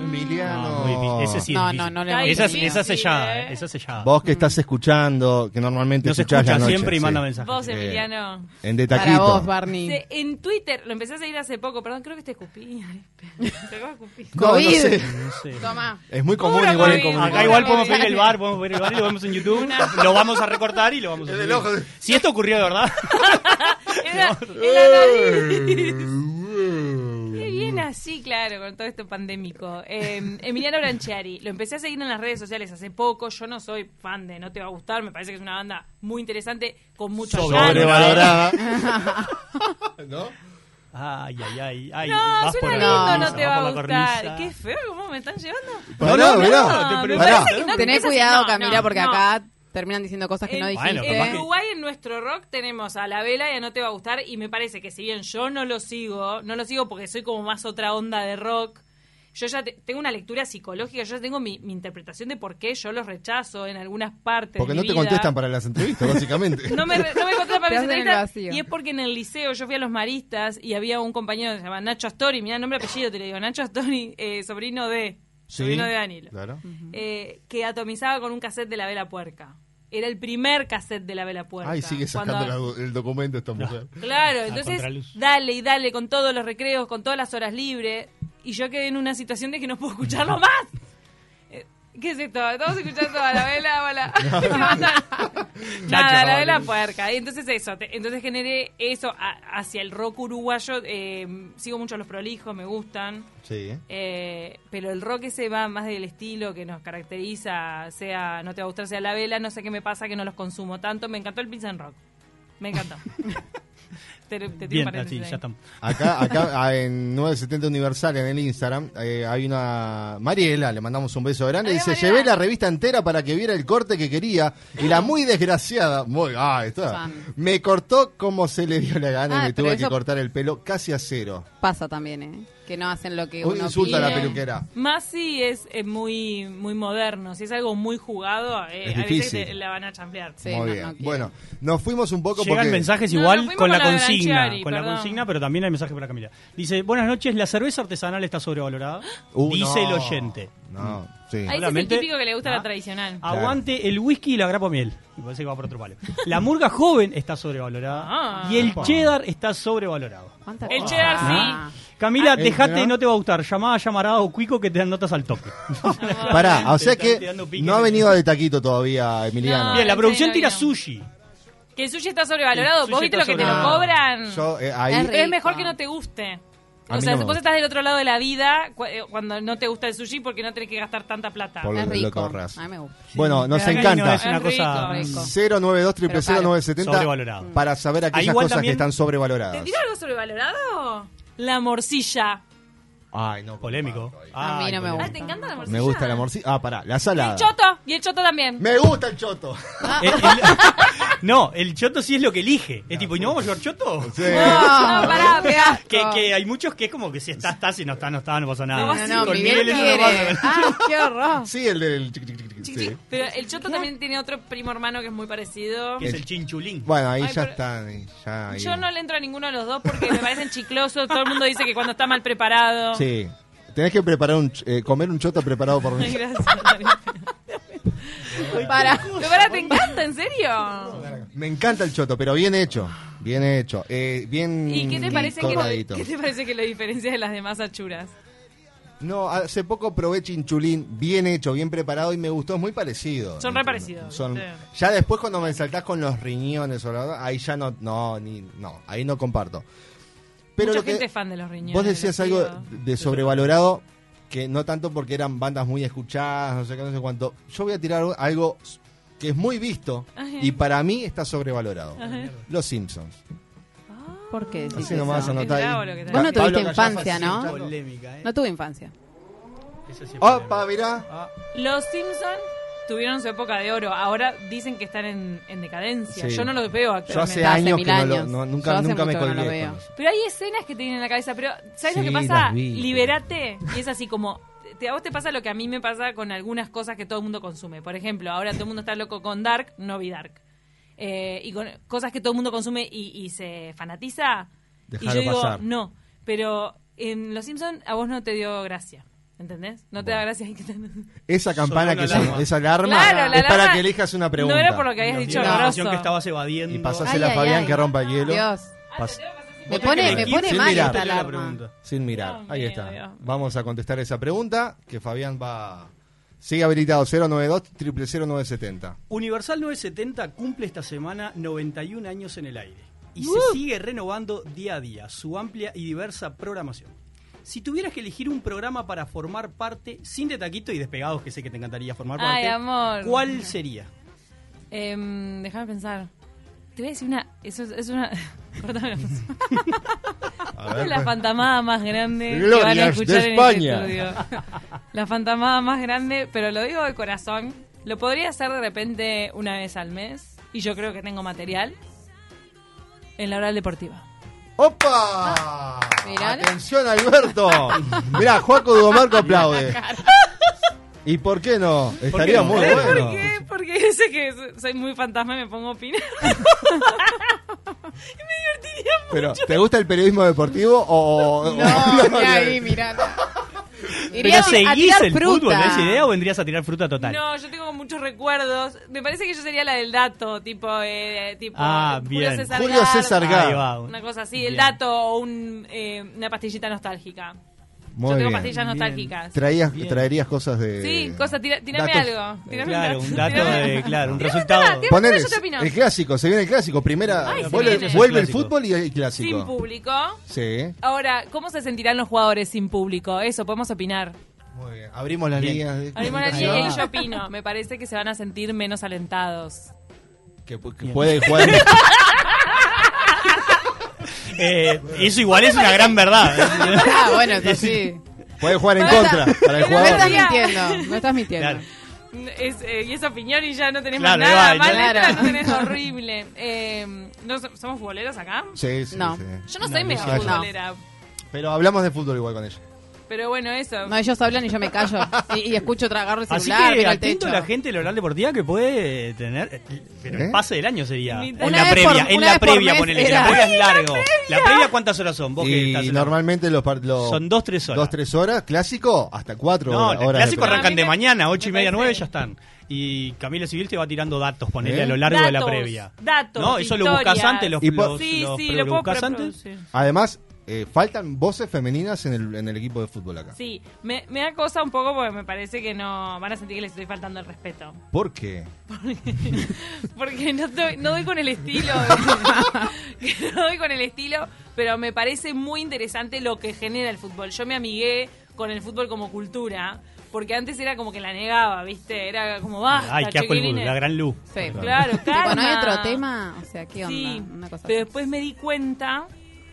Speaker 4: Emiliano.
Speaker 8: No, muy difícil. Ese sí es
Speaker 9: No,
Speaker 8: difícil.
Speaker 9: no, no le
Speaker 8: Esa,
Speaker 9: difícil,
Speaker 8: esa sellada,
Speaker 9: ¿eh?
Speaker 8: esa sellada.
Speaker 4: Vos que estás escuchando, que normalmente
Speaker 8: Nos
Speaker 4: escuchás
Speaker 8: escucha
Speaker 4: la noche,
Speaker 8: siempre y
Speaker 4: sí.
Speaker 8: manda mensajes.
Speaker 17: Vos,
Speaker 4: Eh,
Speaker 17: Emiliano.
Speaker 4: en de taquito. Para vos,
Speaker 9: Barney.
Speaker 17: Se- en Twitter, lo empecé a seguir hace poco, perdón, creo que te escupí. [laughs] Te acabo de escupir.
Speaker 4: No, no sé.
Speaker 9: Toma.
Speaker 4: Es muy común
Speaker 9: Puro
Speaker 4: igual
Speaker 9: COVID,
Speaker 4: en comunicación.
Speaker 9: puro
Speaker 8: Acá igual
Speaker 9: COVID.
Speaker 8: podemos pedir el bar, podemos pedir el bar y lo vemos en YouTube. Lo vamos a recortar y lo vamos a subir. Si esto ocurrió de
Speaker 17: [laughs]
Speaker 8: verdad.
Speaker 17: Era, era nariz.
Speaker 4: Mm.
Speaker 17: Qué bien así, claro, con todo esto pandémico. Eh, Emiliano Branchiari, lo empecé a seguir en las redes sociales hace poco. Yo no soy fan de No Te Va a Gustar, me parece que es una banda muy interesante, con mucho
Speaker 8: Sobrevalorada. [laughs]
Speaker 4: ¿No?
Speaker 8: Ay, ay, ay. ay
Speaker 17: No,
Speaker 8: vas por
Speaker 17: suena
Speaker 8: la
Speaker 17: lindo,
Speaker 8: cornisa,
Speaker 17: no te
Speaker 8: vas
Speaker 17: va a
Speaker 8: por la
Speaker 17: gustar.
Speaker 8: cornisa.
Speaker 17: Qué feo, ¿cómo me están llevando?
Speaker 4: Pará, Ah, mirá,
Speaker 17: no,
Speaker 4: te
Speaker 9: Tenés
Speaker 4: preparás.
Speaker 9: Pará.
Speaker 17: parece que no,
Speaker 9: Tené
Speaker 17: empieza así,
Speaker 9: cuidado,
Speaker 17: no,
Speaker 9: Camila,
Speaker 17: no,
Speaker 9: porque
Speaker 17: no. Eh,
Speaker 9: acá terminan diciendo cosas que no
Speaker 8: Bueno,
Speaker 9: dijiste.
Speaker 8: capaz
Speaker 17: En
Speaker 8: que-
Speaker 17: Uruguay, en nuestro rock, tenemos a La Vela y a No Te Va a Gustar. Y me parece que si bien yo no lo sigo, no lo sigo porque soy como más otra onda de rock. Yo ya te- tengo una lectura psicológica, yo ya tengo mi, mi interpretación de por qué yo los rechazo en algunas partes. de
Speaker 4: Porque
Speaker 17: mi
Speaker 4: no te
Speaker 17: vida.
Speaker 4: contestan para las entrevistas, básicamente. [laughs]
Speaker 17: [laughs] No me, re- no me contestan para
Speaker 9: Te
Speaker 17: mis
Speaker 9: hacen el
Speaker 17: entrevistas.
Speaker 9: vacío.
Speaker 17: Y es porque en el liceo yo fui a los maristas y había un compañero que se llamaba Nacho Astori. Mira, nombre apellido te le digo. Nacho Astori, eh, sobrino de. Sobrino de Danilo
Speaker 4: Claro.
Speaker 17: eh, que atomizaba con un cassette de la vela puerca. Era el primer cassette de la vela puerca.
Speaker 4: Ay, sigue sacando
Speaker 17: Cuando-
Speaker 4: la- el documento esta mujer.
Speaker 17: Claro,
Speaker 4: A
Speaker 17: entonces
Speaker 4: contraluz.
Speaker 17: dale y dale con todos los recreos, con todas las horas libres. Y yo quedé en una situación de que no puedo escucharlo más. Eh, ¿Qué es esto? Estamos escuchando a la vela, a la... [laughs] ¿Qué pasa? Nada, la vela puerca. Y entonces eso, te- entonces generé eso a- hacia el rock uruguayo. eh, sigo mucho a los prolijos, me gustan.
Speaker 4: Sí.
Speaker 17: Eh, pero el rock ese va más del estilo que nos caracteriza, sea no te va a gustar, sea la vela, no sé qué me pasa que no los consumo tanto. Me encantó el pizza and rock.
Speaker 8: [laughs]
Speaker 17: Me encantó. te, te tiro
Speaker 8: Bien,
Speaker 17: un paréntesis
Speaker 8: así,
Speaker 17: ahí.
Speaker 8: ya estamos.
Speaker 4: Acá, acá a- en 970 Universal, en el Instagram, eh, hay una. Mariela, le mandamos un beso grande. Dice: Llevé la revista entera para que viera el corte que quería. Y la muy desgraciada. Muy, ah, está.
Speaker 9: Fan.
Speaker 4: Me cortó como se le dio la gana
Speaker 9: Ah,
Speaker 4: y me
Speaker 9: pero
Speaker 4: tuve
Speaker 9: eso-
Speaker 4: que cortar el pelo casi a cero.
Speaker 9: Pasa también, ¿eh? Que no hacen lo que
Speaker 4: Un
Speaker 9: uno
Speaker 4: insulto a la
Speaker 9: pide.
Speaker 4: peluquera.
Speaker 17: Más si es eh, muy muy moderno, si es algo muy jugado, eh,
Speaker 4: Es
Speaker 17: a veces
Speaker 4: difícil.
Speaker 17: te- la van a chamblear.
Speaker 4: muy bien. bueno, nos fuimos un poco
Speaker 8: Llegan
Speaker 4: porque.
Speaker 8: mensajes
Speaker 17: No,
Speaker 8: igual
Speaker 17: nos fuimos
Speaker 8: con la
Speaker 17: con la
Speaker 8: consigna,
Speaker 17: Branchiari,
Speaker 8: con la
Speaker 17: perdón.
Speaker 8: consigna, pero también hay mensaje para Camila. Dice, buenas noches, la cerveza artesanal está sobrevalorada.
Speaker 4: [gasps] Uh,
Speaker 8: dice
Speaker 4: no.
Speaker 8: el oyente.
Speaker 4: No, sí.
Speaker 17: Ahí es el
Speaker 8: solamente-
Speaker 17: típico que le gusta
Speaker 8: Ah.
Speaker 17: la tradicional.
Speaker 8: Aguante el whisky y la grapa miel. Me parece que va por otro palo. La murga joven está sobrevalorada.
Speaker 17: Ah.
Speaker 8: y el
Speaker 17: Opa.
Speaker 8: cheddar está sobrevalorado.
Speaker 17: El cheddar
Speaker 8: Ah.
Speaker 17: sí.
Speaker 8: Camila,
Speaker 4: Ah,
Speaker 8: dejate
Speaker 4: mira.
Speaker 8: y no te va a gustar. Llamada, llamarada o cuico que te dan notas al toque.
Speaker 4: [laughs] Pará, o sea
Speaker 8: Te están tirando
Speaker 4: que
Speaker 8: pique
Speaker 4: no ha
Speaker 8: en el-
Speaker 4: venido
Speaker 8: [laughs]
Speaker 4: de taquito todavía, Emiliano.
Speaker 17: No,
Speaker 8: Bien, la
Speaker 17: sí,
Speaker 8: producción
Speaker 17: no
Speaker 8: tira
Speaker 17: vino.
Speaker 8: sushi.
Speaker 17: Que el sushi está
Speaker 8: El
Speaker 17: sobrevalorado.
Speaker 8: sushi
Speaker 17: ¿Vos viste
Speaker 8: está
Speaker 17: lo que te lo
Speaker 8: sobrevalorado.
Speaker 17: cobran?
Speaker 4: Yo, eh, ahí-
Speaker 17: es,
Speaker 4: Es rico.
Speaker 17: mejor que no te guste.
Speaker 4: A
Speaker 17: O
Speaker 4: mí
Speaker 17: sea,
Speaker 4: no me
Speaker 17: vos
Speaker 4: gusta.
Speaker 17: estás del otro lado de la vida cu- eh, cuando no te gusta el sushi porque no tenés que gastar tanta plata.
Speaker 4: Por lo- Es lo que rico. ahorras.
Speaker 17: A mí me gusta.
Speaker 4: Bueno, nos
Speaker 8: Pero acá
Speaker 4: encanta.
Speaker 8: Es una
Speaker 17: Es
Speaker 8: cosa...
Speaker 17: rico, rico.
Speaker 4: 092 970
Speaker 8: Sobrevalorado.
Speaker 4: para saber
Speaker 8: Ah,
Speaker 4: aquellas
Speaker 8: igual
Speaker 4: cosas
Speaker 8: también-
Speaker 4: que están
Speaker 17: ¿Te
Speaker 4: sobrevaloradas.
Speaker 17: tiro algo sobrevalorado? La morcilla.
Speaker 4: Ay, no,
Speaker 8: polémico.
Speaker 9: A mí no me
Speaker 17: Ah,
Speaker 9: gusta.
Speaker 17: ¿te encanta la morcilla?
Speaker 4: Me gusta la morcilla. Ah, pará, la
Speaker 17: El
Speaker 4: salada.
Speaker 17: choto, y el choto también.
Speaker 4: Me gusta el choto.
Speaker 8: El- el- no, el choto sí es lo que elige. Es tipo, ¿y no vamos a llevar choto? [laughs]
Speaker 4: Sí.
Speaker 17: No, pará, qué asco.
Speaker 8: Que, que hay muchos que es como que si está, está, si no está, no está, no pasa nada.
Speaker 17: No, no, no,
Speaker 8: Con
Speaker 9: Miguel
Speaker 8: Miguel eso no
Speaker 9: quiere.
Speaker 8: pasa.
Speaker 9: Ah, qué horror.
Speaker 4: Sí, el del. chic, chic, chic, chic, sí.
Speaker 17: Pero el choto también tiene otro primo hermano que es muy parecido.
Speaker 8: Que es el chinchulín.
Speaker 4: Eh, Bueno, ahí
Speaker 17: Ay,
Speaker 4: ya
Speaker 17: pero-
Speaker 4: están. ahí ya ahí.
Speaker 17: Yo no le entro a ninguno de los dos porque me parecen chiclosos. Todo el mundo dice que cuando está mal preparado.
Speaker 4: Sí. Tenés que preparar un, ch- eh, comer un choto preparado por mí.
Speaker 17: [laughs] [laughs] Ay, gracias. Para. Para, ¿te encanta? ¿En serio?
Speaker 4: Me encanta el choto, pero bien hecho. Bien hecho. Eh, bien
Speaker 17: ¿Y qué te parece que
Speaker 4: cortadito.
Speaker 17: lo, qué te parece que lo diferencia de las demás achuras?
Speaker 4: No, hace poco probé chinchulín bien hecho, bien preparado y me gustó, es muy parecido.
Speaker 17: Son re parecidos.
Speaker 4: Son-
Speaker 17: Sí.
Speaker 4: Ya después cuando me saltás con los riñones o la- ahí ya no, no, ni, no, ahí no comparto. Pero
Speaker 17: Mucha
Speaker 4: lo que-
Speaker 6: gente
Speaker 17: es fan de los riñones.
Speaker 4: vos
Speaker 6: de
Speaker 4: decías
Speaker 6: los
Speaker 4: algo
Speaker 6: hígados.
Speaker 4: de sobrevalorado, que no tanto porque eran bandas muy escuchadas, no sé qué, no sé cuánto. Yo voy a tirar algo que es muy visto
Speaker 17: Ajá.
Speaker 4: y para mí está sobrevalorado.
Speaker 17: Ajá.
Speaker 4: Los Simpsons.
Speaker 9: ¿Por qué? decís
Speaker 4: Así nomás
Speaker 9: eso?
Speaker 4: anotá
Speaker 17: Es
Speaker 4: ahí.
Speaker 17: bravo lo que tenés.
Speaker 9: Vos no
Speaker 4: Pa- Pablo
Speaker 9: tuviste
Speaker 4: Callafa,
Speaker 9: infancia,
Speaker 4: sí,
Speaker 9: ¿no?
Speaker 4: escuchando.
Speaker 8: ¿eh?
Speaker 9: No tuve infancia.
Speaker 4: Opa, mirá.
Speaker 8: Ah.
Speaker 17: Los Simpson tuvieron su época de oro. Ahora dicen que están en, en decadencia.
Speaker 4: Sí.
Speaker 17: Yo no los veo
Speaker 4: Yo hace
Speaker 17: actualmente.
Speaker 4: años
Speaker 9: mil
Speaker 4: que no lo-
Speaker 9: años.
Speaker 4: no-
Speaker 9: Yo
Speaker 4: nunca,
Speaker 9: hace
Speaker 4: nunca me
Speaker 9: mucho que no lo
Speaker 4: colgué.
Speaker 9: veo.
Speaker 4: con eso.
Speaker 17: Pero hay escenas que te vienen en la cabeza. Pero, ¿sabes lo
Speaker 4: Sí,
Speaker 17: que pasa?
Speaker 4: las vi, pero-
Speaker 17: Liberate. Y es así como. Te, a vos te pasa lo que a mí me pasa con algunas cosas que todo el mundo consume. Por ejemplo, ahora todo el mundo está loco con Dark, no vi Dark. Eh, y con cosas que todo el mundo consume y, y se fanatiza.
Speaker 4: Dejalo
Speaker 17: y yo digo,
Speaker 4: pasar.
Speaker 17: no. Pero en Los Simpson a vos no te dio gracia. ¿Entendés? No te da gracia. Ay, que te- [laughs]
Speaker 4: Esa campana
Speaker 8: Sonó
Speaker 4: que
Speaker 8: la alarma.
Speaker 4: suena, esa alarma,
Speaker 17: Claro, la
Speaker 4: es para
Speaker 17: alarma
Speaker 4: que elijas una pregunta.
Speaker 17: no era por lo que habías
Speaker 8: Nos
Speaker 17: dicho,
Speaker 8: dio la
Speaker 17: grosso.
Speaker 8: canción que estabas evadiendo.
Speaker 4: Y pasásela a Fabián que rompa el hielo.
Speaker 9: Dios.
Speaker 4: Pas-
Speaker 9: Me pone, me pone
Speaker 4: sin
Speaker 9: mal
Speaker 4: mirar.
Speaker 9: esta alarma.
Speaker 4: Sin mirar. Ahí está. Vamos a contestar esa pregunta que Fabián va. Sigue habilitado 092 0970.
Speaker 8: Universal 970 cumple esta semana 91 años en el aire y
Speaker 3: Uh.
Speaker 8: se sigue renovando día a día su amplia y diversa programación. Si tuvieras que elegir un programa para formar parte, sin de taquito y despegados, que sé que te encantaría formar
Speaker 17: Ay,
Speaker 8: parte,
Speaker 17: amor.
Speaker 8: ¿cuál sería?
Speaker 17: Em, déjame pensar. Te voy a decir una. Eso es, es una. [laughs]
Speaker 21: [laughs]
Speaker 17: Cortame.
Speaker 21: ver,
Speaker 17: la
Speaker 21: pues.
Speaker 17: fantamada más grande que van a
Speaker 21: Glorias
Speaker 17: escuchar
Speaker 21: de
Speaker 17: en este
Speaker 21: España.
Speaker 17: estudio. La fantamada más grande, pero lo digo de corazón. Lo podría hacer de repente una vez al mes. Y yo creo que tengo material. En la hora deportiva.
Speaker 4: ¡Opa! Atención, Alberto. [laughs] Mirá, Juaco Dudomarco aplaude. ¿Y por qué no? Estaría
Speaker 8: no?
Speaker 4: muy
Speaker 8: ¿Eh?
Speaker 4: bueno.
Speaker 8: ¿Por
Speaker 17: ¿Qué? Porque sé que so- soy muy fantasma y me pongo a opinar.
Speaker 4: Pero, ¿te gusta el periodismo deportivo o.? o-
Speaker 9: No,
Speaker 4: o-
Speaker 9: mirá
Speaker 21: [laughs]
Speaker 9: ahí, mirá. Iría
Speaker 8: ¿Pero
Speaker 9: a- a
Speaker 8: seguís
Speaker 9: tirar
Speaker 8: el
Speaker 9: fruta.
Speaker 8: fútbol? ¿Es idea o vendrías a tirar fruta total?
Speaker 17: No, yo tengo muchos recuerdos. Me parece que yo sería la del dato, tipo, eh, tipo
Speaker 8: Ah,
Speaker 17: Julio
Speaker 8: bien.
Speaker 17: César
Speaker 8: Julio César
Speaker 17: Garza,
Speaker 8: Ahí va.
Speaker 17: Una cosa así, el
Speaker 8: Bien.
Speaker 17: dato o un, eh, una pastillita nostálgica.
Speaker 4: [laughs] Muy
Speaker 17: yo tengo
Speaker 4: bien.
Speaker 17: pastillas nostálgicas.
Speaker 4: Traías, traerías cosas de.
Speaker 17: Sí, cosa, tira- tirame
Speaker 4: Datos.
Speaker 17: algo. Tirame
Speaker 8: Eh, Claro, un dato
Speaker 17: tirame-
Speaker 8: de. Claro, un
Speaker 17: Tirame
Speaker 8: resultado.
Speaker 17: nada, tirame
Speaker 4: Poner
Speaker 17: nada, yo te opino.
Speaker 4: el clásico, se viene el clásico. Primera,
Speaker 17: Ay, se
Speaker 4: vuelve,
Speaker 17: viene.
Speaker 4: vuelve el
Speaker 17: Clásico.
Speaker 4: fútbol y el
Speaker 17: Sin
Speaker 4: clásico.
Speaker 17: público.
Speaker 4: Sí.
Speaker 17: Ahora, ¿cómo se sentirán los jugadores sin público? Eso, podemos opinar.
Speaker 4: Muy bien. Abrimos las líneas. de
Speaker 17: Abrimos la
Speaker 4: comunicación.
Speaker 17: línea y yo opino. Me parece que se van a sentir menos alentados.
Speaker 4: Que, pu- que puede
Speaker 17: [laughs]
Speaker 4: jugar.
Speaker 8: Eh, eso igual es una gran verdad. ¿eh?
Speaker 9: [laughs] Ah, bueno, eso sí.
Speaker 4: Puede jugar en
Speaker 9: Pero
Speaker 4: contra
Speaker 9: está-
Speaker 4: para el
Speaker 9: No
Speaker 4: jugador.
Speaker 9: estás mintiendo, no estás mintiendo.
Speaker 17: Es, eh, y esa opinión y ya no tenés
Speaker 4: Claro,
Speaker 17: más nada,
Speaker 4: ahí va,
Speaker 17: más
Speaker 4: ya.
Speaker 17: letra,
Speaker 4: Claro.
Speaker 17: no tenés horrible. Eh, ¿no so- ¿Somos futboleros acá?
Speaker 4: Sí, sí,
Speaker 9: No.
Speaker 4: sí.
Speaker 17: Yo no soy mega
Speaker 4: soy.
Speaker 17: futbolera,
Speaker 4: Pero hablamos de fútbol igual con ella.
Speaker 17: pero bueno, eso.
Speaker 9: No, ellos hablan y yo me callo. Y, y escucho tragarro el
Speaker 8: Así
Speaker 9: celular,
Speaker 8: que
Speaker 9: miro al
Speaker 8: atento
Speaker 9: techo.
Speaker 8: a la gente de la oral deportiva que puede tener eh, pero el pase del año sería
Speaker 9: Ni-
Speaker 8: o en
Speaker 9: Una
Speaker 8: la
Speaker 9: vez
Speaker 8: previa,
Speaker 9: por-
Speaker 8: en
Speaker 9: una
Speaker 8: la
Speaker 9: vez por
Speaker 8: previa
Speaker 9: mes
Speaker 8: ponele, que
Speaker 9: era. [laughs]
Speaker 8: la previa
Speaker 9: ¡Ay,
Speaker 8: es largo. La previa cuántas horas son? Vos que estás
Speaker 4: Y
Speaker 8: en la-
Speaker 4: normalmente los, par- los-
Speaker 8: Son dos, tres horas.
Speaker 4: Dos, tres horas. Clásico, hasta cuatro
Speaker 8: No,
Speaker 4: hora-
Speaker 8: el
Speaker 4: horas. de
Speaker 8: clásico
Speaker 4: programa.
Speaker 8: arrancan de mañana, ocho y media, nueve ya están. Y Camila Civil te va tirando datos, ponele
Speaker 4: ¿Eh?
Speaker 8: a lo largo de la
Speaker 4: Datos,
Speaker 8: previa.
Speaker 17: datos,
Speaker 8: No, eso lo
Speaker 17: historias.
Speaker 8: buscas antes, los,
Speaker 4: Y po-
Speaker 8: los-
Speaker 17: Sí,
Speaker 8: los
Speaker 17: sí, lo puedo
Speaker 8: buscas antes.
Speaker 17: preproducir.
Speaker 4: Además, eh, faltan voces femeninas en el, en el equipo de fútbol acá.
Speaker 17: Sí, me, me da cosa un poco porque me parece que no van a sentir que les estoy faltando el respeto. [laughs]
Speaker 4: ¿Por qué?
Speaker 17: Porque no, doy- no doy con el estilo. [laughs] Que no doy con el estilo, pero me parece muy interesante lo que genera el fútbol. Yo me amigué con el fútbol como cultura, porque antes era como que la negaba, ¿viste? Era como, basta,
Speaker 8: Ay, qué asco el
Speaker 17: chiquilines".
Speaker 8: la gran luz.
Speaker 9: Sí.
Speaker 17: Claro,
Speaker 9: Tipo, no hay
Speaker 17: calma.
Speaker 9: otro tema. O sea, ¿qué onda?
Speaker 17: Sí,
Speaker 9: Una cosa
Speaker 17: pero después me di cuenta,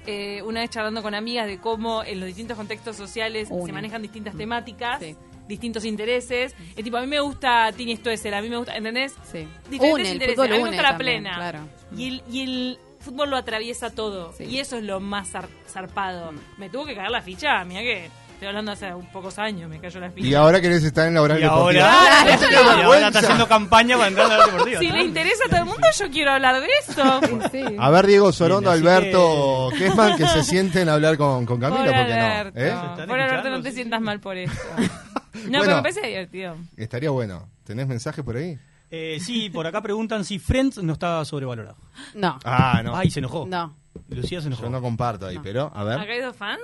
Speaker 17: eh, una vez charlando con amigas, de cómo en los distintos contextos sociales se
Speaker 9: Una.
Speaker 17: manejan distintas temáticas, distintos intereses. Es tipo, a mí me gusta Tini Stoessel, a mí me gusta, ¿entendés?
Speaker 9: Sí.
Speaker 17: Diferentes
Speaker 9: Une, el
Speaker 17: intereses,
Speaker 9: fútbol
Speaker 17: a mí me
Speaker 9: une
Speaker 6: gusta
Speaker 17: la
Speaker 9: también,
Speaker 17: plena.
Speaker 9: claro.
Speaker 17: Y el, y el fútbol lo atraviesa todo. Y eso es lo más zar- zarpado.
Speaker 9: Mm.
Speaker 17: Me tuvo que caer la ficha, mira que estoy hablando hace un pocos años, me cayó la ficha.
Speaker 4: Y ahora querés estar en la oral
Speaker 8: Y
Speaker 4: deportiva.
Speaker 8: ahora, [laughs]
Speaker 4: ¡Es una
Speaker 8: y ahora
Speaker 4: vergüenza!
Speaker 8: está haciendo campaña para entrar a la deportiva. Ah.
Speaker 17: Si le interesa a todo el mundo, yo quiero hablar de esto.
Speaker 4: A ver, Diego Sorondo,
Speaker 8: Bien, así
Speaker 4: Alberto
Speaker 8: que-
Speaker 4: Kesman,
Speaker 8: [laughs]
Speaker 4: que se sienten a hablar con, con Camila,
Speaker 17: Por
Speaker 4: ¿por qué
Speaker 17: Alberto.
Speaker 4: no? ¿Eh?
Speaker 17: Por Alberto, no te sientas mal
Speaker 4: [laughs]
Speaker 17: por eso. No,
Speaker 4: Bueno.
Speaker 17: pero me parece divertido.
Speaker 4: Estaría bueno. ¿Tenés mensaje por ahí?
Speaker 8: Eh, sí, por acá preguntan si Friends no está sobrevalorado.
Speaker 9: No.
Speaker 4: Ah, no.
Speaker 8: Ay, se enojó.
Speaker 9: No.
Speaker 8: Lucía se enojó.
Speaker 4: Yo no comparto ahí, pero a ver.
Speaker 17: ¿Acá hay dos fans?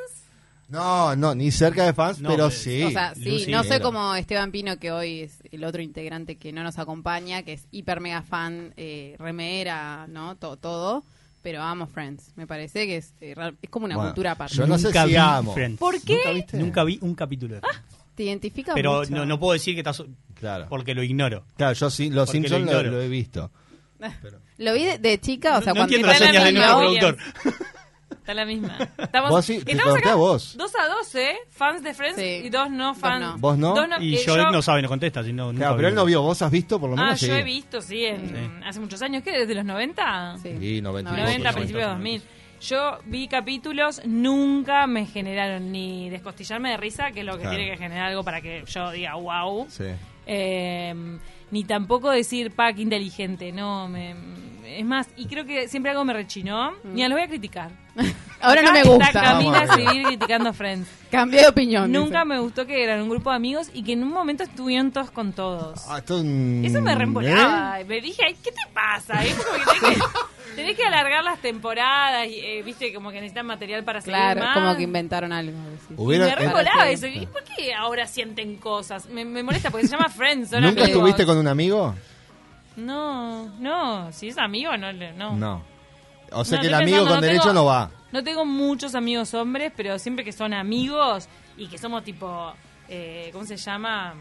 Speaker 4: No, no, ni cerca de fans,
Speaker 8: No,
Speaker 4: pero
Speaker 8: eh,
Speaker 4: sí.
Speaker 9: O sea, sí,
Speaker 4: Lucy,
Speaker 9: no soy
Speaker 4: pero-
Speaker 9: como Esteban Pino, que hoy es el otro integrante que no nos acompaña, que es hiper mega fan, eh, remera, ¿no? Todo, todo. Pero amo Friends. Me parece que es, eh, ra- es como una
Speaker 8: Bueno,
Speaker 9: cultura aparte.
Speaker 4: yo no sé
Speaker 8: Nunca
Speaker 4: si
Speaker 8: vi
Speaker 4: amo.
Speaker 8: Friends.
Speaker 9: ¿Por qué?
Speaker 8: ¿Nunca, viste? Nunca vi un capítulo de Friends.
Speaker 9: Te identifica
Speaker 8: Pero
Speaker 9: mucho.
Speaker 8: no, no puedo decir que está so-
Speaker 4: Claro.
Speaker 8: porque lo ignoro.
Speaker 4: Claro, yo sí, los
Speaker 8: Porque lo
Speaker 4: Simpsons lo,
Speaker 8: ignoro.
Speaker 4: lo he visto.
Speaker 9: [laughs] Lo vi de, de chica, o sea,
Speaker 8: no
Speaker 9: cuando
Speaker 8: entiendo las
Speaker 9: era
Speaker 8: señas de
Speaker 9: niña,
Speaker 8: nuestro
Speaker 9: hoy-
Speaker 8: productor.
Speaker 17: Está la misma. Estamos,
Speaker 4: Vos sí, te
Speaker 17: estamos
Speaker 4: corté
Speaker 17: acá
Speaker 4: a vos.
Speaker 17: dos a dos, ¿eh? Fans de Friends y dos no fans.
Speaker 4: ¿Vos no?
Speaker 17: Dos eh,
Speaker 8: Y yo, no sabe, no contesta. Si no,
Speaker 4: Claro,
Speaker 8: nunca
Speaker 4: pero
Speaker 8: vi.
Speaker 4: él no vio. ¿Vos has visto por lo
Speaker 17: Ah,
Speaker 4: menos?
Speaker 17: yo he visto, sí, en- hace muchos años. ¿Qué? ¿Desde los 90?
Speaker 4: Sí, 90 y
Speaker 17: 90,
Speaker 4: pocos, 90.
Speaker 17: principios de 2000. Yo vi capítulos, nunca me generaron ni descostillarme de risa, que es lo que
Speaker 4: Claro.
Speaker 17: tiene que generar algo para que yo diga wow.
Speaker 4: Sí.
Speaker 17: eh, ni tampoco decir, pa, qué inteligente, no, me- es más, y creo que siempre algo me rechinó, ni a lo voy a criticar.
Speaker 9: Ahora no
Speaker 17: Acá
Speaker 9: me
Speaker 17: está
Speaker 9: gusta.
Speaker 17: Camila
Speaker 9: Vamos arriba.
Speaker 17: seguir criticando a
Speaker 9: [laughs]
Speaker 17: Friends.
Speaker 9: Cambié de opinión,
Speaker 17: Nunca me gustó que eran un grupo de amigos y que en un momento estuvieron todos con todos.
Speaker 4: Ah, esto es un-
Speaker 17: Eso me reembolaba.
Speaker 4: ¿Eh?
Speaker 17: Me dije, "Ay, ¿qué te pasa? Es como que tenés
Speaker 9: [laughs]
Speaker 17: que, tenés que alargar las temporadas, y, eh, viste, como que necesitan material para
Speaker 9: Claro,
Speaker 17: seguir más.
Speaker 9: como que inventaron algo. decís.
Speaker 17: Y
Speaker 4: Hubiera-
Speaker 17: me reembolaba
Speaker 9: eh,
Speaker 17: eso. ¿Y por qué ahora sienten cosas? Me, me molesta porque se llama Friends. son
Speaker 4: ¿Nunca
Speaker 17: amigos.
Speaker 4: estuviste con un amigo?
Speaker 17: No, no. Si es amigo, no. le- No.
Speaker 4: O sea
Speaker 17: No,
Speaker 4: que el
Speaker 17: estoy
Speaker 4: amigo
Speaker 17: pensando,
Speaker 4: con
Speaker 17: no
Speaker 4: derecho
Speaker 17: tengo-
Speaker 4: no va.
Speaker 17: No tengo muchos amigos hombres, pero siempre que son amigos y que somos tipo. eh, ¿Cómo se llama?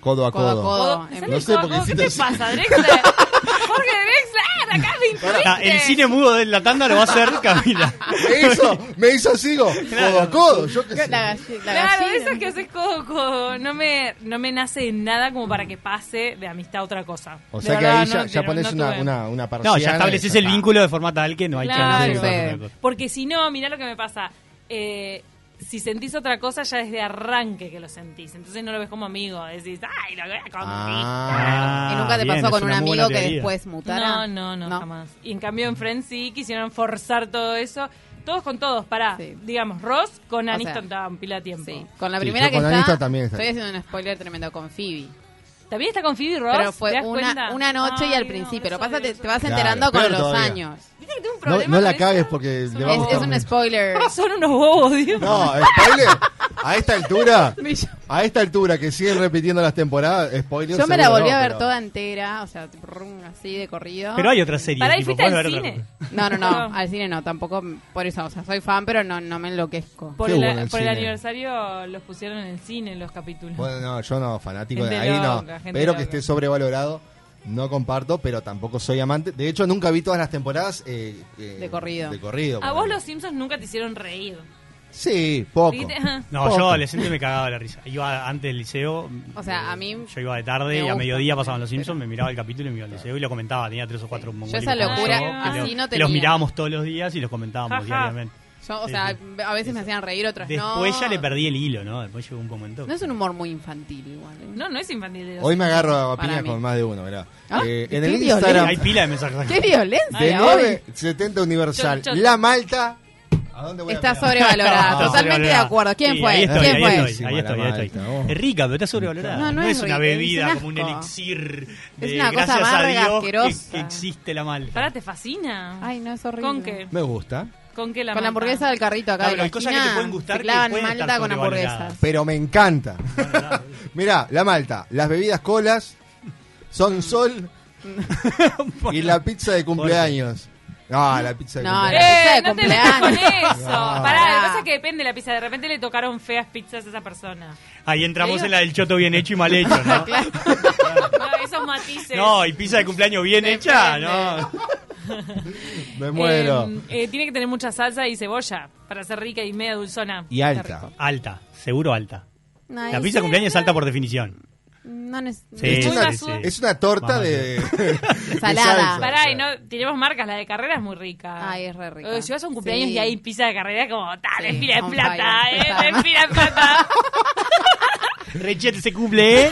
Speaker 4: Codo a codo.
Speaker 17: ¿Me sale
Speaker 4: No sé
Speaker 17: codo a
Speaker 4: por qué
Speaker 17: codo? ¿Qué
Speaker 4: hiciste
Speaker 17: te
Speaker 4: así.
Speaker 17: pasa, Drexler?
Speaker 4: [laughs]
Speaker 17: Jorge Drexler, acá me
Speaker 8: Ah,
Speaker 17: incluiste.
Speaker 8: el cine mudo de la tanda lo va a
Speaker 17: [laughs]
Speaker 8: hacer Camila.
Speaker 4: Me hizo, me hizo así, go, codo a codo. Yo qué sé.
Speaker 9: La galle- la
Speaker 17: Claro,
Speaker 9: gallina.
Speaker 17: eso es que haces codo a codo. No me, no me nace nada como para que pase de amistad a otra cosa.
Speaker 4: O
Speaker 17: De
Speaker 4: sea que
Speaker 17: verdad,
Speaker 4: ahí ya,
Speaker 17: no,
Speaker 4: ya
Speaker 17: no
Speaker 4: pones una,
Speaker 17: tuve.
Speaker 4: una, una
Speaker 8: No,
Speaker 4: persiana y
Speaker 8: ya estableces
Speaker 4: ya
Speaker 8: el
Speaker 4: está.
Speaker 8: vínculo de forma tal que no hay chance de
Speaker 17: Claro,
Speaker 8: que pase otra cosa.
Speaker 17: porque si no, mirá lo que me pasa. Eh, si sentís otra cosa, ya desde arranque que lo sentís. Entonces no lo ves como amigo. Decís, ay, lo voy a conquistar".
Speaker 4: Ah,
Speaker 9: ¿Y nunca te
Speaker 8: bien,
Speaker 9: pasó
Speaker 8: es
Speaker 9: con un
Speaker 8: una muy buena
Speaker 9: amigo que
Speaker 8: teoría.
Speaker 9: después mutara?
Speaker 17: No, no, no, jamás. Y en cambio en Friends sí quisieron forzar todo eso. Todos con todos, pará. Digamos, Ross con
Speaker 9: O
Speaker 17: Aniston
Speaker 9: sea,
Speaker 17: estaban pila de tiempo.
Speaker 9: Con la
Speaker 4: Sí,
Speaker 9: primera
Speaker 4: yo
Speaker 9: que
Speaker 4: con
Speaker 9: está,
Speaker 4: Aniston también está.
Speaker 9: Estoy haciendo un spoiler tremendo con Phoebe.
Speaker 17: También está con Phoebe Ross.
Speaker 9: Pero
Speaker 17: ¿Te
Speaker 9: fue
Speaker 17: das
Speaker 9: una,
Speaker 17: cuenta?
Speaker 9: una noche y
Speaker 17: Ay,
Speaker 9: al
Speaker 17: no,
Speaker 9: principio.
Speaker 17: eso
Speaker 9: Lo pasa, te,
Speaker 17: es-
Speaker 9: te vas
Speaker 4: Claro,
Speaker 9: enterando con
Speaker 4: peor
Speaker 9: los
Speaker 4: todavía.
Speaker 9: años.
Speaker 4: No, no la cagues porque le va a
Speaker 9: Es, es
Speaker 4: gustar
Speaker 9: un
Speaker 4: mucho.
Speaker 9: spoiler.
Speaker 17: [laughs] Son unos bobos, Dios.
Speaker 4: No, spoiler. A esta
Speaker 9: [laughs]
Speaker 4: altura, a esta altura que siguen repitiendo las temporadas, spoiler.
Speaker 9: Yo me la
Speaker 4: seguro
Speaker 9: volví
Speaker 4: no,
Speaker 9: a ver
Speaker 4: pero-
Speaker 9: toda entera, o sea, tipo, rum, así de corrido.
Speaker 8: Pero hay otra serie, Pará, ¿y tipo, fuiste podés al ver otra cine?
Speaker 9: No, no, [laughs] no, al cine no, tampoco por eso, o sea, soy fan, pero no, no me enloquezco.
Speaker 17: Por,
Speaker 4: Qué
Speaker 17: el,
Speaker 4: bueno el
Speaker 17: por el
Speaker 4: cine.
Speaker 17: aniversario los pusieron en el cine los capítulos.
Speaker 4: Bueno, no, yo no, fanático de
Speaker 17: Gente
Speaker 4: ahí
Speaker 17: loca,
Speaker 4: no.
Speaker 17: gente
Speaker 4: Pero
Speaker 17: loca.
Speaker 4: que esté sobrevalorado, no comparto, pero tampoco soy amante. De hecho, nunca vi todas las temporadas eh, eh,
Speaker 9: De corrido.
Speaker 4: De corrido.
Speaker 17: A
Speaker 4: ponele.
Speaker 17: vos los Simpsons nunca te hicieron reír.
Speaker 4: Sí, poco.
Speaker 17: ¿Viste? [laughs] Ajá.
Speaker 8: No, yo adolescente me cagaba la risa. Iba antes del liceo,
Speaker 9: O sea, a mí
Speaker 8: yo iba de tarde
Speaker 9: Me
Speaker 8: y a
Speaker 9: gusta,
Speaker 8: mediodía pasaban los Simpsons, me miraba el capítulo y me iba al liceo y lo comentaba. Tenía tres o cuatro
Speaker 9: Yo
Speaker 8: mongolitos
Speaker 9: esa
Speaker 8: como
Speaker 9: locura
Speaker 8: yo, que
Speaker 9: así
Speaker 8: lo-
Speaker 9: no
Speaker 8: que Los
Speaker 9: tenía.
Speaker 8: mirábamos todos los días y los comentábamos
Speaker 9: Ajá.
Speaker 8: diariamente.
Speaker 9: Yo, o sea, a veces me hacían reír, otras
Speaker 8: Después
Speaker 9: no.
Speaker 8: ya le perdí el hilo, ¿no? Después llegó un momento.
Speaker 9: No es un humor muy infantil igual. ¿eh?
Speaker 17: No, no es infantil. de los
Speaker 4: Hoy me
Speaker 17: Simpsons.
Speaker 4: agarro a
Speaker 9: Para
Speaker 4: piña
Speaker 9: mí.
Speaker 4: con más de uno, ¿verdad?
Speaker 9: Ah,
Speaker 4: en
Speaker 9: qué
Speaker 4: el
Speaker 9: violento.
Speaker 4: Instagram.
Speaker 8: Hay pila de mensajes.
Speaker 9: ¡Qué violencia!
Speaker 4: De
Speaker 9: hoy!
Speaker 4: 970 Universal.
Speaker 9: Yo- yo-
Speaker 4: La Malta. ¿A dónde voy a
Speaker 9: Está
Speaker 4: mirar? [laughs]
Speaker 9: sobrevalorada,
Speaker 4: Está
Speaker 9: totalmente de
Speaker 4: sobrevalorada.
Speaker 9: acuerdo. ¿Quién
Speaker 8: Sí,
Speaker 9: fue?
Speaker 8: Ahí estoy,
Speaker 9: ¿Quién
Speaker 8: ahí
Speaker 9: fue?
Speaker 8: estoy, ahí estoy, ahí estoy. Es rica, pero está sobrevalorada.
Speaker 9: No,
Speaker 8: No,
Speaker 9: no es
Speaker 8: es, una
Speaker 9: rica, es
Speaker 8: bebida
Speaker 9: un
Speaker 8: como un
Speaker 9: asco.
Speaker 8: elixir.
Speaker 9: Es
Speaker 8: de
Speaker 9: una cosa
Speaker 8: gracias a
Speaker 9: amarga,
Speaker 8: Dios que,
Speaker 9: asquerosa.
Speaker 8: que existe la mal.
Speaker 17: Pará, ¿te fascina?
Speaker 9: Ay, no, es horrible.
Speaker 17: ¿Con qué?
Speaker 4: Me gusta.
Speaker 17: ¿Con qué la
Speaker 9: Con
Speaker 17: mata?
Speaker 9: la hamburguesa del carrito acá
Speaker 8: No,
Speaker 9: de
Speaker 8: pero
Speaker 9: la
Speaker 8: hay cosas que
Speaker 9: esquina,
Speaker 8: te pueden gustar
Speaker 9: se
Speaker 8: que
Speaker 9: clavan
Speaker 8: pueden estar
Speaker 9: malta con
Speaker 8: sobrevaloradas.
Speaker 9: hamburguesas.
Speaker 4: Pero me encanta. [laughs] Mirá, la Malta. Las bebidas colas.
Speaker 8: [laughs]
Speaker 4: Son sol. y la pizza de cumpleaños. No, la pizza de
Speaker 9: Ah, No, la
Speaker 4: cumpleaños.
Speaker 9: pizza de
Speaker 17: Eh, no te metas con
Speaker 9: cumpleaños.
Speaker 17: eso.
Speaker 4: No.
Speaker 17: Pará, lo que pasa es que depende de la pizza. De repente le tocaron feas pizzas a esa persona.
Speaker 8: Ahí entramos
Speaker 17: Digo-
Speaker 8: en la del choto bien hecho y mal hecho,
Speaker 9: Ah,
Speaker 8: ¿no?
Speaker 17: [laughs] No, esos matices.
Speaker 8: No, y pizza de cumpleaños bien hecha, no.
Speaker 4: [laughs] Me muero.
Speaker 17: Eh, eh, tiene que tener mucha salsa y cebolla para ser rica y media dulzona.
Speaker 4: Y alta.
Speaker 8: Alta, seguro alta.
Speaker 9: No,
Speaker 8: La
Speaker 9: es-
Speaker 8: pizza de cumpleaños es alta por definición.
Speaker 9: No neces-
Speaker 8: Sí,
Speaker 4: es,
Speaker 8: sí,
Speaker 4: una,
Speaker 8: sí.
Speaker 4: es una torta
Speaker 8: Vamos,
Speaker 4: de, [laughs] de
Speaker 9: Salada.
Speaker 4: salsa.
Speaker 17: Pará, y no, tenemos marcas, la de carrera es muy rica.
Speaker 9: Ay, es re rica.
Speaker 17: Eh, si vas a un cumpleaños
Speaker 9: Sí.
Speaker 17: y hay pizza de carrera, como, tal,
Speaker 9: Sí,
Speaker 17: es fila de
Speaker 9: on
Speaker 17: plata,
Speaker 9: fire,
Speaker 17: eh,
Speaker 9: está
Speaker 17: es fila de plata.
Speaker 8: Rechete se cumple, ¿eh?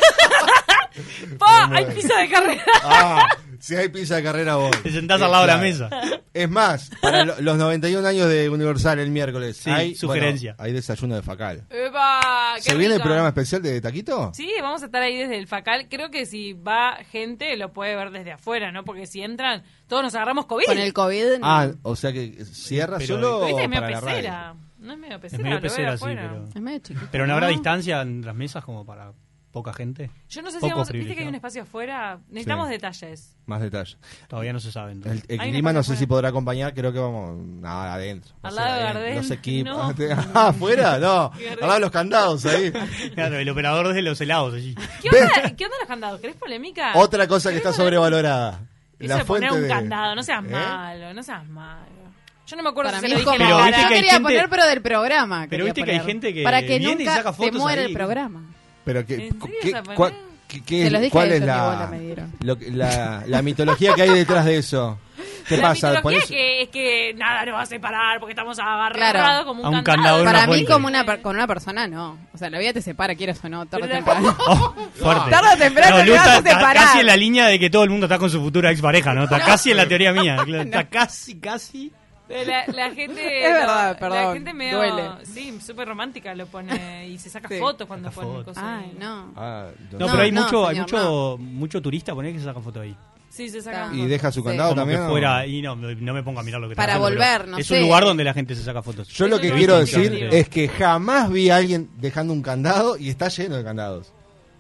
Speaker 17: Po,
Speaker 4: [laughs]
Speaker 17: hay pizza de carrera.
Speaker 4: Ah, si hay pizza de carrera vos. Te
Speaker 8: sentás al lado de la mesa.
Speaker 4: Es más, para lo- los 91 años de Universal el miércoles.
Speaker 8: Sí,
Speaker 4: hay,
Speaker 8: sugerencia.
Speaker 4: bueno, hay desayuno de facal.
Speaker 17: Epa, qué
Speaker 4: ¿Se viene el
Speaker 17: rico.
Speaker 4: programa especial de Taquito?
Speaker 17: Sí, vamos a estar ahí desde el Facal. Creo que si va gente, lo puede ver desde afuera, ¿no? Porque si entran, todos nos agarramos COVID.
Speaker 9: Con el COVID. no.
Speaker 4: Ah, o sea que cierra
Speaker 8: Pero-
Speaker 4: solo
Speaker 17: ¿Viste? Es medio
Speaker 4: Oh, para la radio.
Speaker 17: pecera. No es medio pecera,
Speaker 8: Es medio
Speaker 17: lo veo de
Speaker 8: pecera, sí,
Speaker 17: afuera.
Speaker 8: pero.
Speaker 9: Es medio chiquito,
Speaker 8: Pero no habrá
Speaker 9: ¿no?
Speaker 8: distancia en las mesas como para poca gente.
Speaker 17: Yo no sé si
Speaker 8: Pocos
Speaker 17: vamos. ¿Viste que hay un
Speaker 8: privilegiados.
Speaker 17: espacio afuera? Necesitamos detalles.
Speaker 4: Más detalle.
Speaker 8: Todavía no se sabe.
Speaker 4: El,
Speaker 8: entonces.
Speaker 4: el
Speaker 17: Hay una
Speaker 4: clima no sé
Speaker 17: afuera.
Speaker 4: si podrá acompañar, creo que vamos nada adentro. eh,
Speaker 17: Al
Speaker 4: O sea,
Speaker 17: lado de
Speaker 4: adentro,
Speaker 17: Gardel,
Speaker 4: Los equipos.
Speaker 17: no.
Speaker 4: [laughs] Ah, afuera, no.
Speaker 17: Qué
Speaker 4: Al
Speaker 17: horrible.
Speaker 4: lado de los candados ahí.
Speaker 8: [laughs] Claro, el operador de los helados allí.
Speaker 17: ¿Qué onda, ¿Qué onda los candados? ¿Querés polémica?
Speaker 4: Otra cosa que está sobrevalorada.
Speaker 17: Eso
Speaker 4: La
Speaker 17: de poner
Speaker 4: fuente
Speaker 17: un
Speaker 4: de-
Speaker 17: candado, no seas
Speaker 4: ¿Eh?
Speaker 17: malo, no seas malo. Yo no me acuerdo
Speaker 9: Para
Speaker 17: si
Speaker 9: mí
Speaker 17: se lo dije
Speaker 9: es como.
Speaker 8: Pero
Speaker 9: Yo
Speaker 8: viste que hay
Speaker 9: quería
Speaker 8: gente-
Speaker 9: poner, pero del programa.
Speaker 8: Pero
Speaker 9: quería
Speaker 8: viste que hay
Speaker 9: poner.
Speaker 8: gente que
Speaker 9: Para que
Speaker 8: viene y
Speaker 9: nunca
Speaker 8: saca
Speaker 9: se
Speaker 8: fotos
Speaker 9: muera
Speaker 8: ahí.
Speaker 9: el programa.
Speaker 4: Pero que,
Speaker 9: ¿En
Speaker 4: cu-
Speaker 9: serio
Speaker 4: ¿qué-
Speaker 9: esa
Speaker 4: cua-
Speaker 17: manera?
Speaker 4: qué- qué
Speaker 9: Se
Speaker 4: es-
Speaker 9: los dije
Speaker 4: ¿cuál
Speaker 9: a
Speaker 4: es
Speaker 9: ellos, mi
Speaker 4: la,
Speaker 9: abuela me dieron.
Speaker 4: lo que- la, la mitología que hay detrás de eso? ¿Qué
Speaker 17: [laughs] La
Speaker 4: pasa? Por
Speaker 17: mitología
Speaker 4: eso-
Speaker 17: es, que, es que nada nos va a separar porque estamos agarrados
Speaker 9: Claro.
Speaker 17: como
Speaker 4: A
Speaker 17: un,
Speaker 4: un candado en una
Speaker 9: Para mí,
Speaker 4: fuente.
Speaker 9: como una per- con una persona, no. O sea, la vida te separa, quieras o no, tarde o
Speaker 17: Pero la- [laughs]
Speaker 9: temprano.
Speaker 8: Oh,
Speaker 3: Fuerte.
Speaker 9: Tarde o temprano
Speaker 3: No,
Speaker 9: te
Speaker 3: Lu
Speaker 9: vas a
Speaker 3: está- está
Speaker 9: separar.
Speaker 3: Casi en la línea de que todo el mundo está con su futura expareja, ¿no? Está casi en la teoría mía. claro. Está
Speaker 8: casi, casi.
Speaker 17: Pero La, la
Speaker 9: [laughs]
Speaker 17: gente.
Speaker 9: Es
Speaker 17: lo-
Speaker 9: verdad,
Speaker 17: La
Speaker 9: perdón,
Speaker 17: gente medio.
Speaker 9: duele.
Speaker 17: Sí, súper romántica lo pone y se saca
Speaker 9: Sí.
Speaker 17: fotos cuando
Speaker 8: Saca
Speaker 17: pone
Speaker 8: fotos.
Speaker 17: cosas.
Speaker 9: Ay, no.
Speaker 4: Ah.
Speaker 17: [laughs]
Speaker 3: No, pero hay mucho, hay
Speaker 17: señor,
Speaker 3: mucho, mucho turista poner que se sacan fotos ahí.
Speaker 17: Sí, se sacan
Speaker 4: ¿Y deja su candado
Speaker 3: Como que
Speaker 4: también, o?
Speaker 3: fuera, y no, no me pongo a mirar lo que está
Speaker 9: Para
Speaker 3: haciendo, pero
Speaker 9: volver, no
Speaker 3: Es
Speaker 9: sé.
Speaker 3: un lugar donde la gente se saca fotos.
Speaker 4: Yo lo que
Speaker 3: He
Speaker 4: quiero
Speaker 3: visto mucha
Speaker 4: decir
Speaker 3: gente.
Speaker 4: es que jamás vi a alguien dejando un candado y está lleno de candados.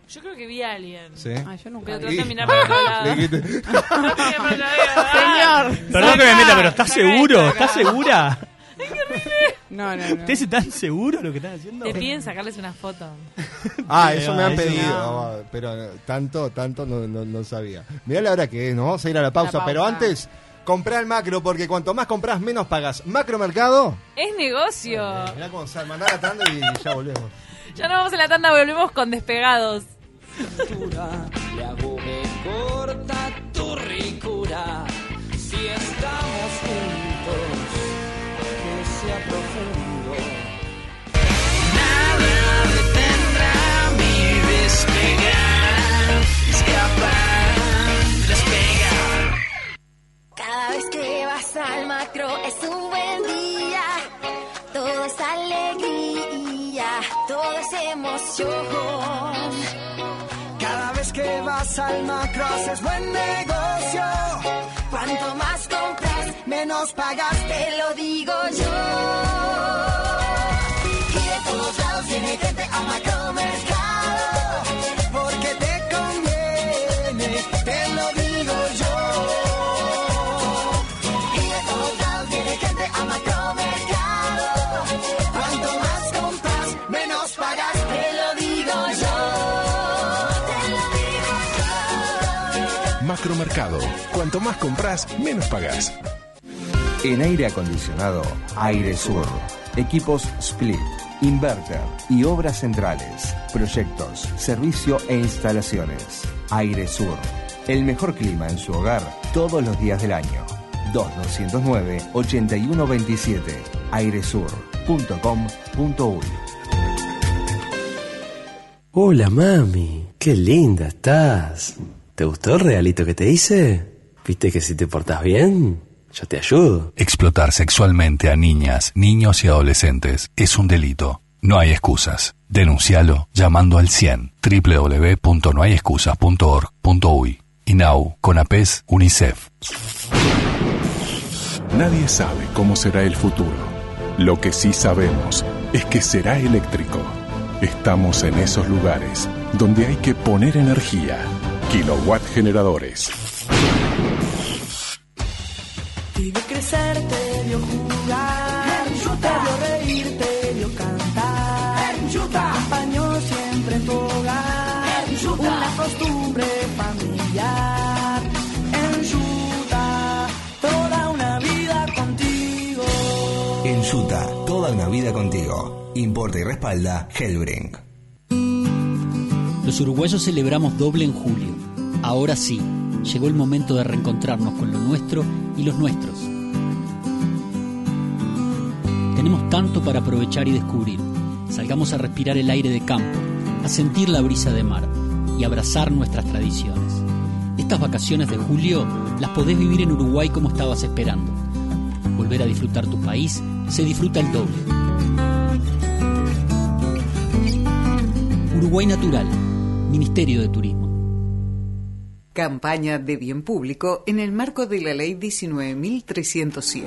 Speaker 17: Yo creo que vi a alguien.
Speaker 4: Sí.
Speaker 9: Ay, Ah, yo nunca
Speaker 17: Pero
Speaker 4: [laughs]
Speaker 17: traté
Speaker 9: vi.
Speaker 17: de mirar para otro lado.
Speaker 4: Le
Speaker 17: [laughs]
Speaker 4: dijiste-
Speaker 17: ah.
Speaker 9: Señor.
Speaker 3: Perdón que me meta, pero ¿estás
Speaker 9: Sacá esto
Speaker 3: seguro?
Speaker 9: acá.
Speaker 3: ¿Estás segura?
Speaker 9: No, no, no.
Speaker 3: ¿Ustedes están seguros de lo que están haciendo?
Speaker 17: Te piden sacarles una foto.
Speaker 4: [laughs] Ah, eso me han
Speaker 3: Eso
Speaker 4: pedido,
Speaker 3: no.
Speaker 4: ah, pero no, tanto, tanto no, no- no sabía. Mirá la hora que es, nos vamos a ir a la pausa,
Speaker 17: La
Speaker 4: pero
Speaker 17: pausa.
Speaker 4: antes, comprá el macro, porque cuanto más compras, menos pagas. Macromercado,
Speaker 17: [laughs] Es negocio.
Speaker 4: mirá cómo sal, mandá la tanda y ya volvemos.
Speaker 17: Ya nos vamos a la tanda, volvemos con despegados.
Speaker 15: Le hago me corta tu ricura. Si estamos juntos, que sea profundo. Nada detendrá mi despegar, escapar, despegar.
Speaker 22: Cada vez que vas al macro es un buen día. Todo es alegría, todo es emoción.
Speaker 15: Cada vez que vas al macro haces buen negocio.
Speaker 22: Cuanto más compras, menos pagas, te lo digo yo. Y de todos lados viene gente a Macromercado, porque te conviene, te lo digo yo. Y de todos lados viene gente a Macromercado, cuanto más compras, menos pagas, te lo digo yo. Te lo digo
Speaker 23: Macromercado. Cuanto más compras, menos pagas.
Speaker 5: En aire acondicionado, Aire Sur. Equipos Split, Inverter y obras centrales. Proyectos, servicio e instalaciones. Aire Sur. El mejor clima en su hogar todos los días del año. 2209-8127. airesur.com.uy
Speaker 24: Hola mami, qué linda estás. ¿Te gustó el regalito que te hice? ¿Viste que si te portás bien? Yo te ayudo.
Speaker 23: Explotar sexualmente a niñas, niños y adolescentes es un delito. No hay excusas. Denuncialo llamando al 100 www.nohayexcusas.org.uy. INAU, CONAPES, UNICEF.
Speaker 25: Nadie sabe cómo será el futuro. Lo que sí sabemos es que será eléctrico. Estamos en esos lugares donde hay que poner energía. Kilowatt generadores.
Speaker 15: Te vio crecer, te vio jugar, te vio reír, te vio cantar, te acompañó siempre en tu hogar, una costumbre familiar, en Yuta, toda una vida contigo.
Speaker 5: En Yuta, toda una vida contigo. Importa y respalda Hellbrink.
Speaker 26: Los uruguayos celebramos doble en julio. Ahora sí, llegó el momento de reencontrarnos con lo nuestro y los nuestros. Tenemos tanto para aprovechar y descubrir. Salgamos a respirar el aire de campo, a sentir la brisa de mar y abrazar nuestras tradiciones. Estas vacaciones de julio las podés vivir en Uruguay como estabas esperando. Volver a disfrutar tu país se disfruta el doble. Uruguay Natural, Ministerio de Turismo.
Speaker 27: Campaña de bien público en el marco de la Ley 19.307.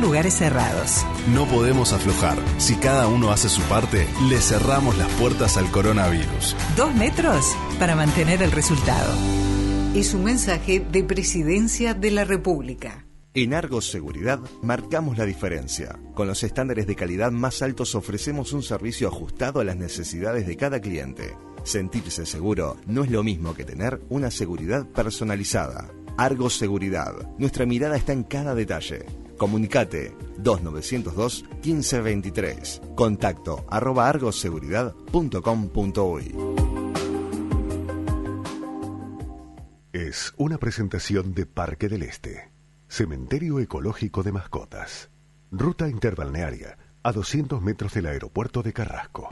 Speaker 27: lugares cerrados.
Speaker 28: No podemos aflojar. Si cada uno hace su parte, le cerramos las puertas al coronavirus.
Speaker 27: Dos metros para mantener el resultado. Es un mensaje de Presidencia de la República.
Speaker 2: En Argos Seguridad marcamos la diferencia. Con los estándares de calidad más altos ofrecemos un servicio ajustado a las necesidades de cada cliente. Sentirse seguro no es lo mismo que tener una seguridad personalizada. Argos Seguridad. Nuestra mirada está en cada detalle. Comunicate 2902 1523. Contacto arroba argoseguridad.com.uy.
Speaker 10: Es una presentación de Parque del Este, Cementerio Ecológico de Mascotas, Ruta Interbalnearia a 200 metros del aeropuerto de Carrasco.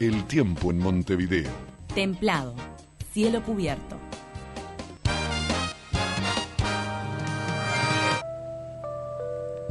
Speaker 29: El tiempo en Montevideo.
Speaker 16: Templado. Cielo cubierto.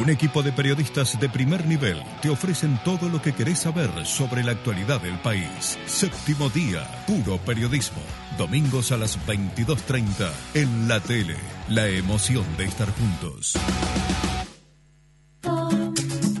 Speaker 7: Un equipo de periodistas de primer nivel te ofrecen todo lo que querés saber sobre la actualidad del país. Séptimo día, puro periodismo. Domingos a las 22.30 en la tele. La emoción de estar juntos.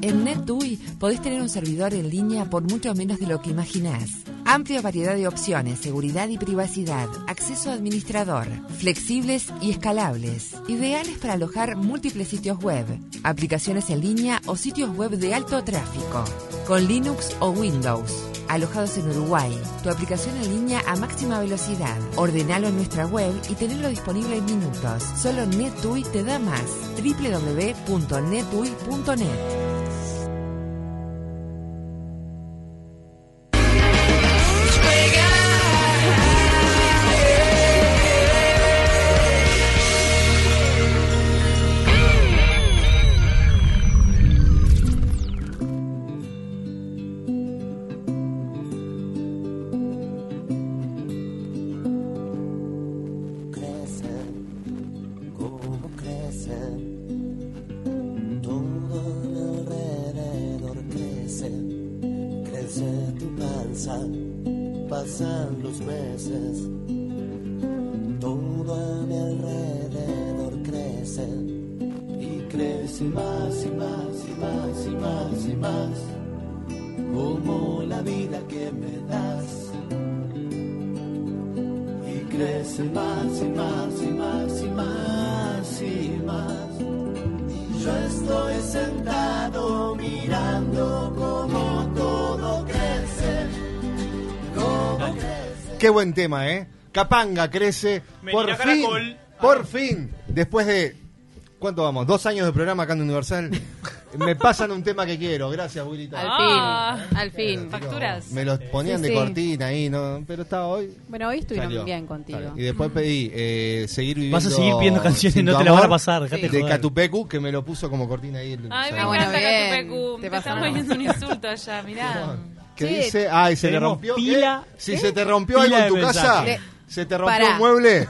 Speaker 30: En NetUI podés tener un servidor en línea por mucho menos de lo que imaginás. Amplia variedad de opciones, seguridad y privacidad, acceso a administrador, flexibles y escalables, ideales para alojar múltiples sitios web, aplicaciones en línea o sitios web de alto tráfico, con Linux o Windows. Alojados en Uruguay, tu aplicación en línea a máxima velocidad. Ordenalo en nuestra web y tenerlo disponible en minutos. Solo NetUI te da más. www.netui.net
Speaker 4: Qué buen tema, ¿eh? Capanga crece.
Speaker 8: Me
Speaker 4: por
Speaker 8: dirá
Speaker 4: fin.
Speaker 8: Caracol.
Speaker 4: Por fin. Después de. ¿Cuánto vamos? Dos años de programa acá en Universal. Me pasan un tema que quiero. Gracias, Wilita.
Speaker 9: Al
Speaker 17: Ah.
Speaker 9: fin, al
Speaker 17: Eh,
Speaker 9: fin. Facturas.
Speaker 4: Me los ponían
Speaker 9: Ah. Sí,
Speaker 4: de
Speaker 9: sí.
Speaker 4: cortina ahí, ¿no? Pero estaba hoy.
Speaker 9: Bueno, hoy estuvieron
Speaker 4: Salió.
Speaker 9: bien contigo. Mm.
Speaker 4: Y después pedí eh, seguir viviendo.
Speaker 8: Vas a seguir pidiendo canciones,
Speaker 4: sin
Speaker 8: no
Speaker 4: tu
Speaker 8: te la van a
Speaker 4: amor,
Speaker 8: pasar, dejate
Speaker 4: De
Speaker 8: joder.
Speaker 4: Catupecu, que me lo puso como cortina ahí. el-
Speaker 17: Ay, me
Speaker 9: Ah,
Speaker 4: ¿sabes?
Speaker 9: bueno,
Speaker 17: encanta
Speaker 9: bien.
Speaker 17: Catepecu.
Speaker 9: Te
Speaker 17: Te
Speaker 9: pasa
Speaker 17: están
Speaker 9: nada.
Speaker 17: poniendo un insulto allá, mirá.
Speaker 4: ¿Qué
Speaker 17: Che,
Speaker 4: dice? Ay, se le
Speaker 8: tenemos
Speaker 4: rompió.
Speaker 8: pila-
Speaker 4: ¿eh? Si
Speaker 8: ¿eh?
Speaker 4: se te rompió algo
Speaker 8: pila
Speaker 4: en
Speaker 8: de
Speaker 4: tu casa,
Speaker 8: mensajes.
Speaker 4: se te rompió
Speaker 9: Pará.
Speaker 4: un mueble.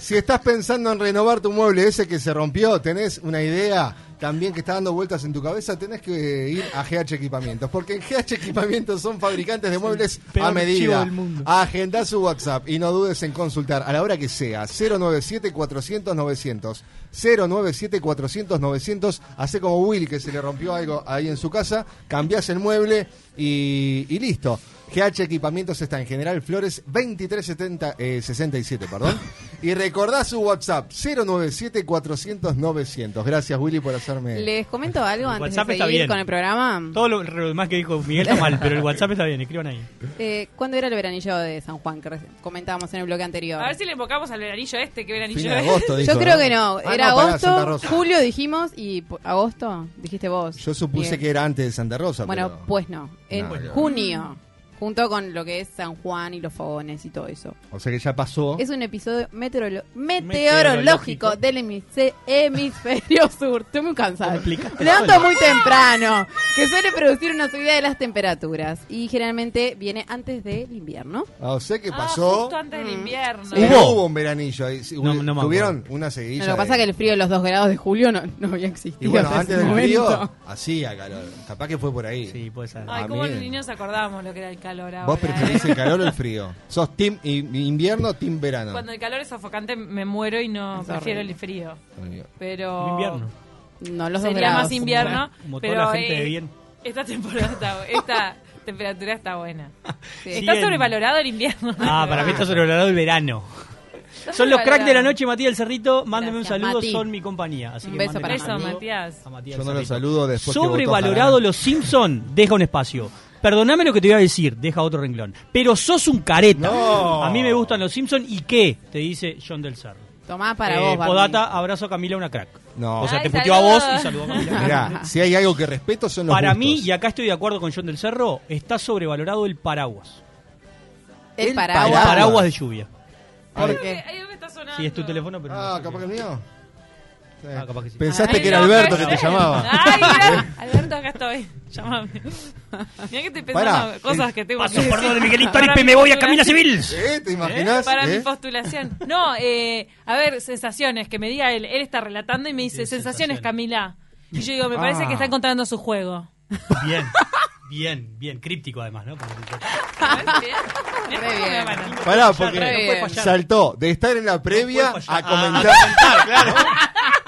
Speaker 4: si estás pensando en renovar tu mueble ese que se rompió, tenés una idea también que está dando vueltas en tu cabeza, tenés que ir a GH Equipamientos. Porque en GH Equipamientos son fabricantes de muebles
Speaker 8: peor
Speaker 4: a
Speaker 8: chivo
Speaker 4: medida.
Speaker 8: del mundo.
Speaker 4: Agenda su WhatsApp y no dudes en consultar a la hora que sea. 097-400-900. 097-400-900. Hace como Will que se le rompió algo ahí en su casa. Cambiás el mueble y, y listo. GH Equipamientos está en General Flores 2370 eh, 67, perdón. Y recordá su WhatsApp 097-400-900. Gracias Willy por hacerme...
Speaker 9: Les comento algo
Speaker 8: El
Speaker 9: antes
Speaker 8: WhatsApp
Speaker 9: de
Speaker 8: está
Speaker 9: seguir
Speaker 8: bien.
Speaker 9: con el programa.
Speaker 8: Todo lo, lo demás que dijo Miguel está mal, pero el WhatsApp está bien, escriban ahí.
Speaker 9: Eh, ¿Cuándo era el veranillo de San Juan que reci- comentábamos en el bloque anterior?
Speaker 17: A ver si le invocamos al veranillo este, que veranillo
Speaker 4: Fin de
Speaker 17: es. [laughs]
Speaker 4: agosto, dijo,
Speaker 9: Yo creo que no,
Speaker 4: Ah,
Speaker 9: era
Speaker 4: no, pará, Santa
Speaker 9: agosto,
Speaker 4: Rosa.
Speaker 9: julio dijimos y po- agosto dijiste vos.
Speaker 4: Yo supuse
Speaker 9: Miguel.
Speaker 4: que era antes de Santa Rosa.
Speaker 9: Bueno,
Speaker 4: pero-
Speaker 9: pues no, en
Speaker 4: No, no.
Speaker 9: junio. Junto con lo que es San Juan y los fogones y todo eso.
Speaker 4: O sea que ya pasó.
Speaker 9: Es un episodio meteorolo-
Speaker 4: Meteorológico.
Speaker 9: meteorológico del hemise- hemisferio sur. Estoy muy cansada.
Speaker 8: Complicado.
Speaker 9: Levanto muy temprano, que suele producir una subida de las temperaturas. Y generalmente viene antes del invierno.
Speaker 4: O sea que
Speaker 9: Ah,
Speaker 4: pasó.
Speaker 9: justo antes del invierno.
Speaker 4: Hubo, hubo un veranillo ahí. sí,
Speaker 3: No, no me
Speaker 4: Tuvieron
Speaker 3: acuerdo.
Speaker 4: una
Speaker 9: No,
Speaker 4: seguidilla.
Speaker 9: lo que
Speaker 4: de-
Speaker 9: pasa es que el frío de los 2 grados de julio no, no había existido.
Speaker 4: Y
Speaker 9: [laughs]
Speaker 4: bueno,
Speaker 9: hasta
Speaker 4: antes
Speaker 9: ese
Speaker 4: del frío,
Speaker 9: momento.
Speaker 4: hacía calor. Capaz que fue por ahí. Sí,
Speaker 8: puede ser.
Speaker 17: Ay, cómo los niños acordábamos lo que era el calor ahora.
Speaker 4: Ah, ¿Vos preferís
Speaker 17: ¿eh?
Speaker 4: el calor o el frío? ¿Sos team in- invierno team verano?
Speaker 17: Cuando el calor es sofocante me muero y no prefiero el frío. Pero...
Speaker 4: Invierno.
Speaker 9: No, los dos
Speaker 17: Sería
Speaker 9: grados.
Speaker 17: más invierno,
Speaker 8: Como toda
Speaker 17: pero
Speaker 8: la gente de
Speaker 17: eh,
Speaker 8: bien.
Speaker 17: esta temporada está bu- [laughs] esta temperatura está buena. Está
Speaker 8: Siguen.
Speaker 17: sobrevalorado el invierno.
Speaker 8: Ah, para mí
Speaker 17: [laughs]
Speaker 8: está sobrevalorado el verano.
Speaker 17: Está
Speaker 8: Son los cracks
Speaker 17: sobrevalorado.
Speaker 8: de la noche, Matías el Cerrito. Mándenme
Speaker 17: Gracias,
Speaker 8: un saludo,
Speaker 17: Mati. [laughs]
Speaker 8: son mi compañía. Así que
Speaker 17: Un beso
Speaker 8: mándenme
Speaker 17: para Beso,
Speaker 8: saludo.
Speaker 17: Matías.
Speaker 8: Matías
Speaker 4: Yo no los
Speaker 8: Cerrito.
Speaker 4: saludo después. que votó
Speaker 8: Sobrevalorado los Simpson, deja un espacio. Perdóname lo que te voy a decir, deja otro renglón. Pero sos un careta.
Speaker 4: No.
Speaker 8: A mí me gustan los Simpson y qué, te dice John del Cerro.
Speaker 9: Tomá para
Speaker 8: Eh,
Speaker 9: vos, Barney.
Speaker 8: Podata, abrazo a Camila, una crack.
Speaker 4: No.
Speaker 8: O sea,
Speaker 9: Ay,
Speaker 8: te puteó a
Speaker 9: saludos.
Speaker 8: vos y saludó a Camila.
Speaker 4: [laughs]
Speaker 9: Ah. [laughs]
Speaker 4: Mirá, si hay algo que respeto son los
Speaker 8: Para
Speaker 4: gustos.
Speaker 8: mí, y acá estoy de acuerdo con John del Cerro, está sobrevalorado el paraguas.
Speaker 9: El
Speaker 8: El
Speaker 9: paraguas.
Speaker 8: paraguas de lluvia.
Speaker 9: ¿Por qué?
Speaker 8: Sí, es tu teléfono, pero
Speaker 4: Ah, capaz que el mío.
Speaker 8: Ah, capaz que sí.
Speaker 4: Pensaste
Speaker 17: Ay,
Speaker 4: que era
Speaker 17: no,
Speaker 4: Alberto que
Speaker 17: pero-
Speaker 4: te llamaba.
Speaker 17: Ay,
Speaker 4: [laughs]
Speaker 17: mirá,
Speaker 8: [laughs]
Speaker 17: Alberto, acá estoy. [laughs] Llámame. Mirá que estoy pensando
Speaker 4: Pará,
Speaker 17: cosas
Speaker 4: el-
Speaker 17: que tengo
Speaker 8: Paso
Speaker 17: que
Speaker 8: por
Speaker 17: decir.
Speaker 8: donde Miguel
Speaker 17: Para
Speaker 8: Histórico y
Speaker 17: mi
Speaker 8: me voy a Camila
Speaker 17: postulación.
Speaker 8: Civil.
Speaker 4: ¿Eh? ¿Te imaginás?
Speaker 17: Para
Speaker 4: ¿Eh?
Speaker 17: mi postulación. No, eh, a ver, sensaciones, que me diga él. Él está relatando y me dice, sensaciones, Camila. Y yo digo, me parece
Speaker 8: Ah.
Speaker 17: que está encontrando su juego.
Speaker 8: Bien, bien, bien. Críptico además, ¿no? Como tipo-
Speaker 17: Re bien.
Speaker 4: Pará,
Speaker 8: No puede
Speaker 4: porque
Speaker 8: fallar.
Speaker 4: saltó de estar en la previa
Speaker 8: puede
Speaker 4: a
Speaker 8: fallar. Ah.
Speaker 4: comentar.
Speaker 8: [laughs]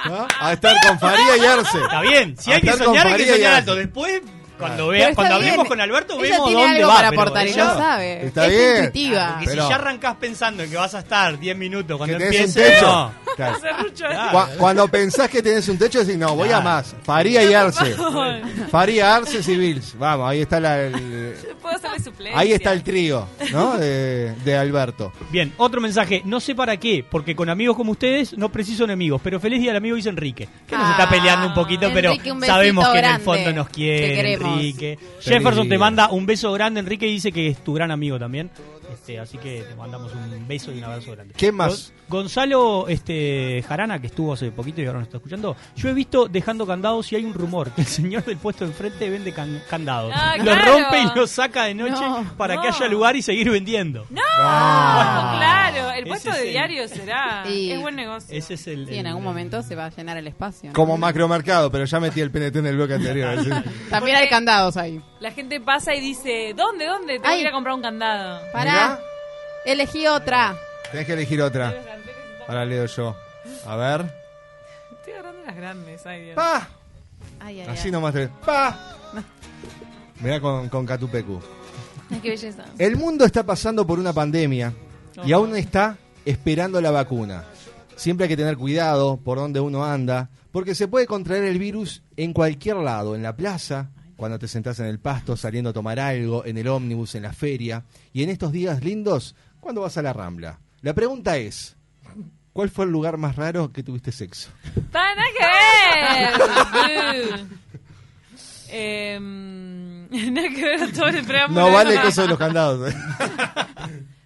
Speaker 4: ¿No? ¿No? A estar con Faría y Arce.
Speaker 8: Está bien, si
Speaker 4: A
Speaker 8: hay que
Speaker 4: estar con
Speaker 8: soñar, hay que
Speaker 4: Faría y
Speaker 8: soñar
Speaker 4: Arce.
Speaker 8: alto. Después, cuando,
Speaker 4: Claro.
Speaker 8: vea-
Speaker 4: Pero está
Speaker 8: cuando
Speaker 4: bien.
Speaker 8: hablemos con Alberto,
Speaker 4: Ella
Speaker 8: vemos
Speaker 4: tiene
Speaker 8: dónde
Speaker 4: algo
Speaker 8: va.
Speaker 4: para
Speaker 8: pero
Speaker 4: aportar,
Speaker 8: ella-
Speaker 4: ella lo sabe. Está Es bien. intuitiva.
Speaker 8: Porque si
Speaker 4: Pero-
Speaker 8: ya arrancás pensando en que vas a estar 10 minutos cuando
Speaker 4: Que tenés un
Speaker 8: empiece,
Speaker 4: techo.
Speaker 8: no.
Speaker 4: Claro.
Speaker 8: Claro.
Speaker 4: Cu- Cuando pensás que tenés un techo, decís, no, voy a más. Faría y Arce. Faría, Arce y Bills. Vamos, ahí está la, el-
Speaker 17: Puedo hacerle suplencia.
Speaker 4: ahí está el trío, ¿no? De, de Alberto.
Speaker 8: Bien, otro mensaje. No sé para qué, porque con amigos como ustedes no preciso enemigos. Pero feliz día al amigo dice Enrique. Que nos
Speaker 9: Ah,
Speaker 8: está peleando un poquito, pero
Speaker 9: Enrique, un besito
Speaker 8: sabemos que en el
Speaker 9: grande.
Speaker 8: fondo nos
Speaker 9: Te
Speaker 8: quiere,
Speaker 9: queremos.
Speaker 8: Enrique.
Speaker 4: Feliz
Speaker 8: Jefferson te
Speaker 4: día.
Speaker 8: manda un beso grande, Enrique, y dice que es tu gran amigo también. Este, así que te mandamos un beso y un abrazo grande.
Speaker 4: ¿Qué más?
Speaker 8: Gon- Gonzalo este, Jarana, que estuvo hace poquito y ahora nos está escuchando, yo he visto dejando candados y hay un rumor que el señor del puesto de enfrente vende can- candados.
Speaker 17: Ah,
Speaker 8: lo
Speaker 17: claro.
Speaker 8: rompe y lo saca de noche
Speaker 17: No,
Speaker 8: para que
Speaker 17: no.
Speaker 8: haya lugar y seguir vendiendo.
Speaker 17: ¡No!
Speaker 8: Ah.
Speaker 17: Claro, el
Speaker 8: Ese
Speaker 17: puesto
Speaker 8: es
Speaker 17: de
Speaker 8: el-
Speaker 17: diario
Speaker 9: [laughs]
Speaker 17: será.
Speaker 9: Sí.
Speaker 17: Es buen negocio.
Speaker 8: Ese es el.
Speaker 9: Sí, en algún momento se va a llenar el espacio. ¿no?
Speaker 4: Como macromercado, pero ya metí el PNT en el bloque anterior. así.
Speaker 9: También hay candados ahí.
Speaker 17: La gente pasa y dice, ¿dónde, dónde? Tengo que ir a comprar un candado.
Speaker 9: Pará. Elegí otra.
Speaker 4: Tenés que elegir otra. Ahora leo yo. A ver.
Speaker 17: Estoy agarrando las grandes, ay Dios.
Speaker 4: Pa.
Speaker 17: Ay, ay,
Speaker 4: Así
Speaker 17: ay.
Speaker 4: nomás te. ¡Pa! Mirá con, con Catupecu.
Speaker 17: Ay, qué belleza.
Speaker 4: El mundo está pasando por una pandemia y aún está esperando la vacuna. Siempre hay que tener cuidado por donde uno anda, porque se puede contraer el virus en cualquier lado, en la plaza, cuando te sentás en el pasto saliendo a tomar algo, en el ómnibus, en la feria, y en estos días lindos, cuando vas a la Rambla. La pregunta es, ¿cuál fue el lugar más raro que tuviste sexo?
Speaker 17: ¡Para nada
Speaker 4: [laughs]
Speaker 17: que ver! Bú. Em, [laughs] nada que ver todo el preámbulo.
Speaker 4: No vale que
Speaker 17: eso
Speaker 4: eso de los candados.
Speaker 17: [laughs]
Speaker 4: eh.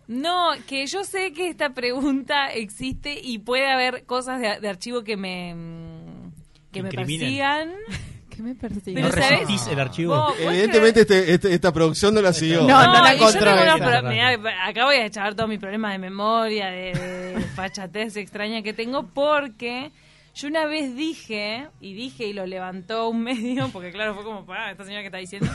Speaker 17: No, que yo sé que esta pregunta existe y puede haber cosas de, de archivo que me mm, que me
Speaker 8: Incriminen.
Speaker 17: persigan.
Speaker 9: [laughs] que me persigan.
Speaker 8: ¿No
Speaker 17: Pero ¿sabes?
Speaker 8: resistís el archivo?
Speaker 17: Vos- vos
Speaker 4: Evidentemente este- este- esta producción no la siguió.
Speaker 17: y yo tengo unos pro- mirá, acá voy a echar todos mis problemas de memoria, de, de fachatez extraña que tengo, porque yo una vez dije, y dije y lo levantó un medio, porque claro, fue como, para esta señora que está diciendo.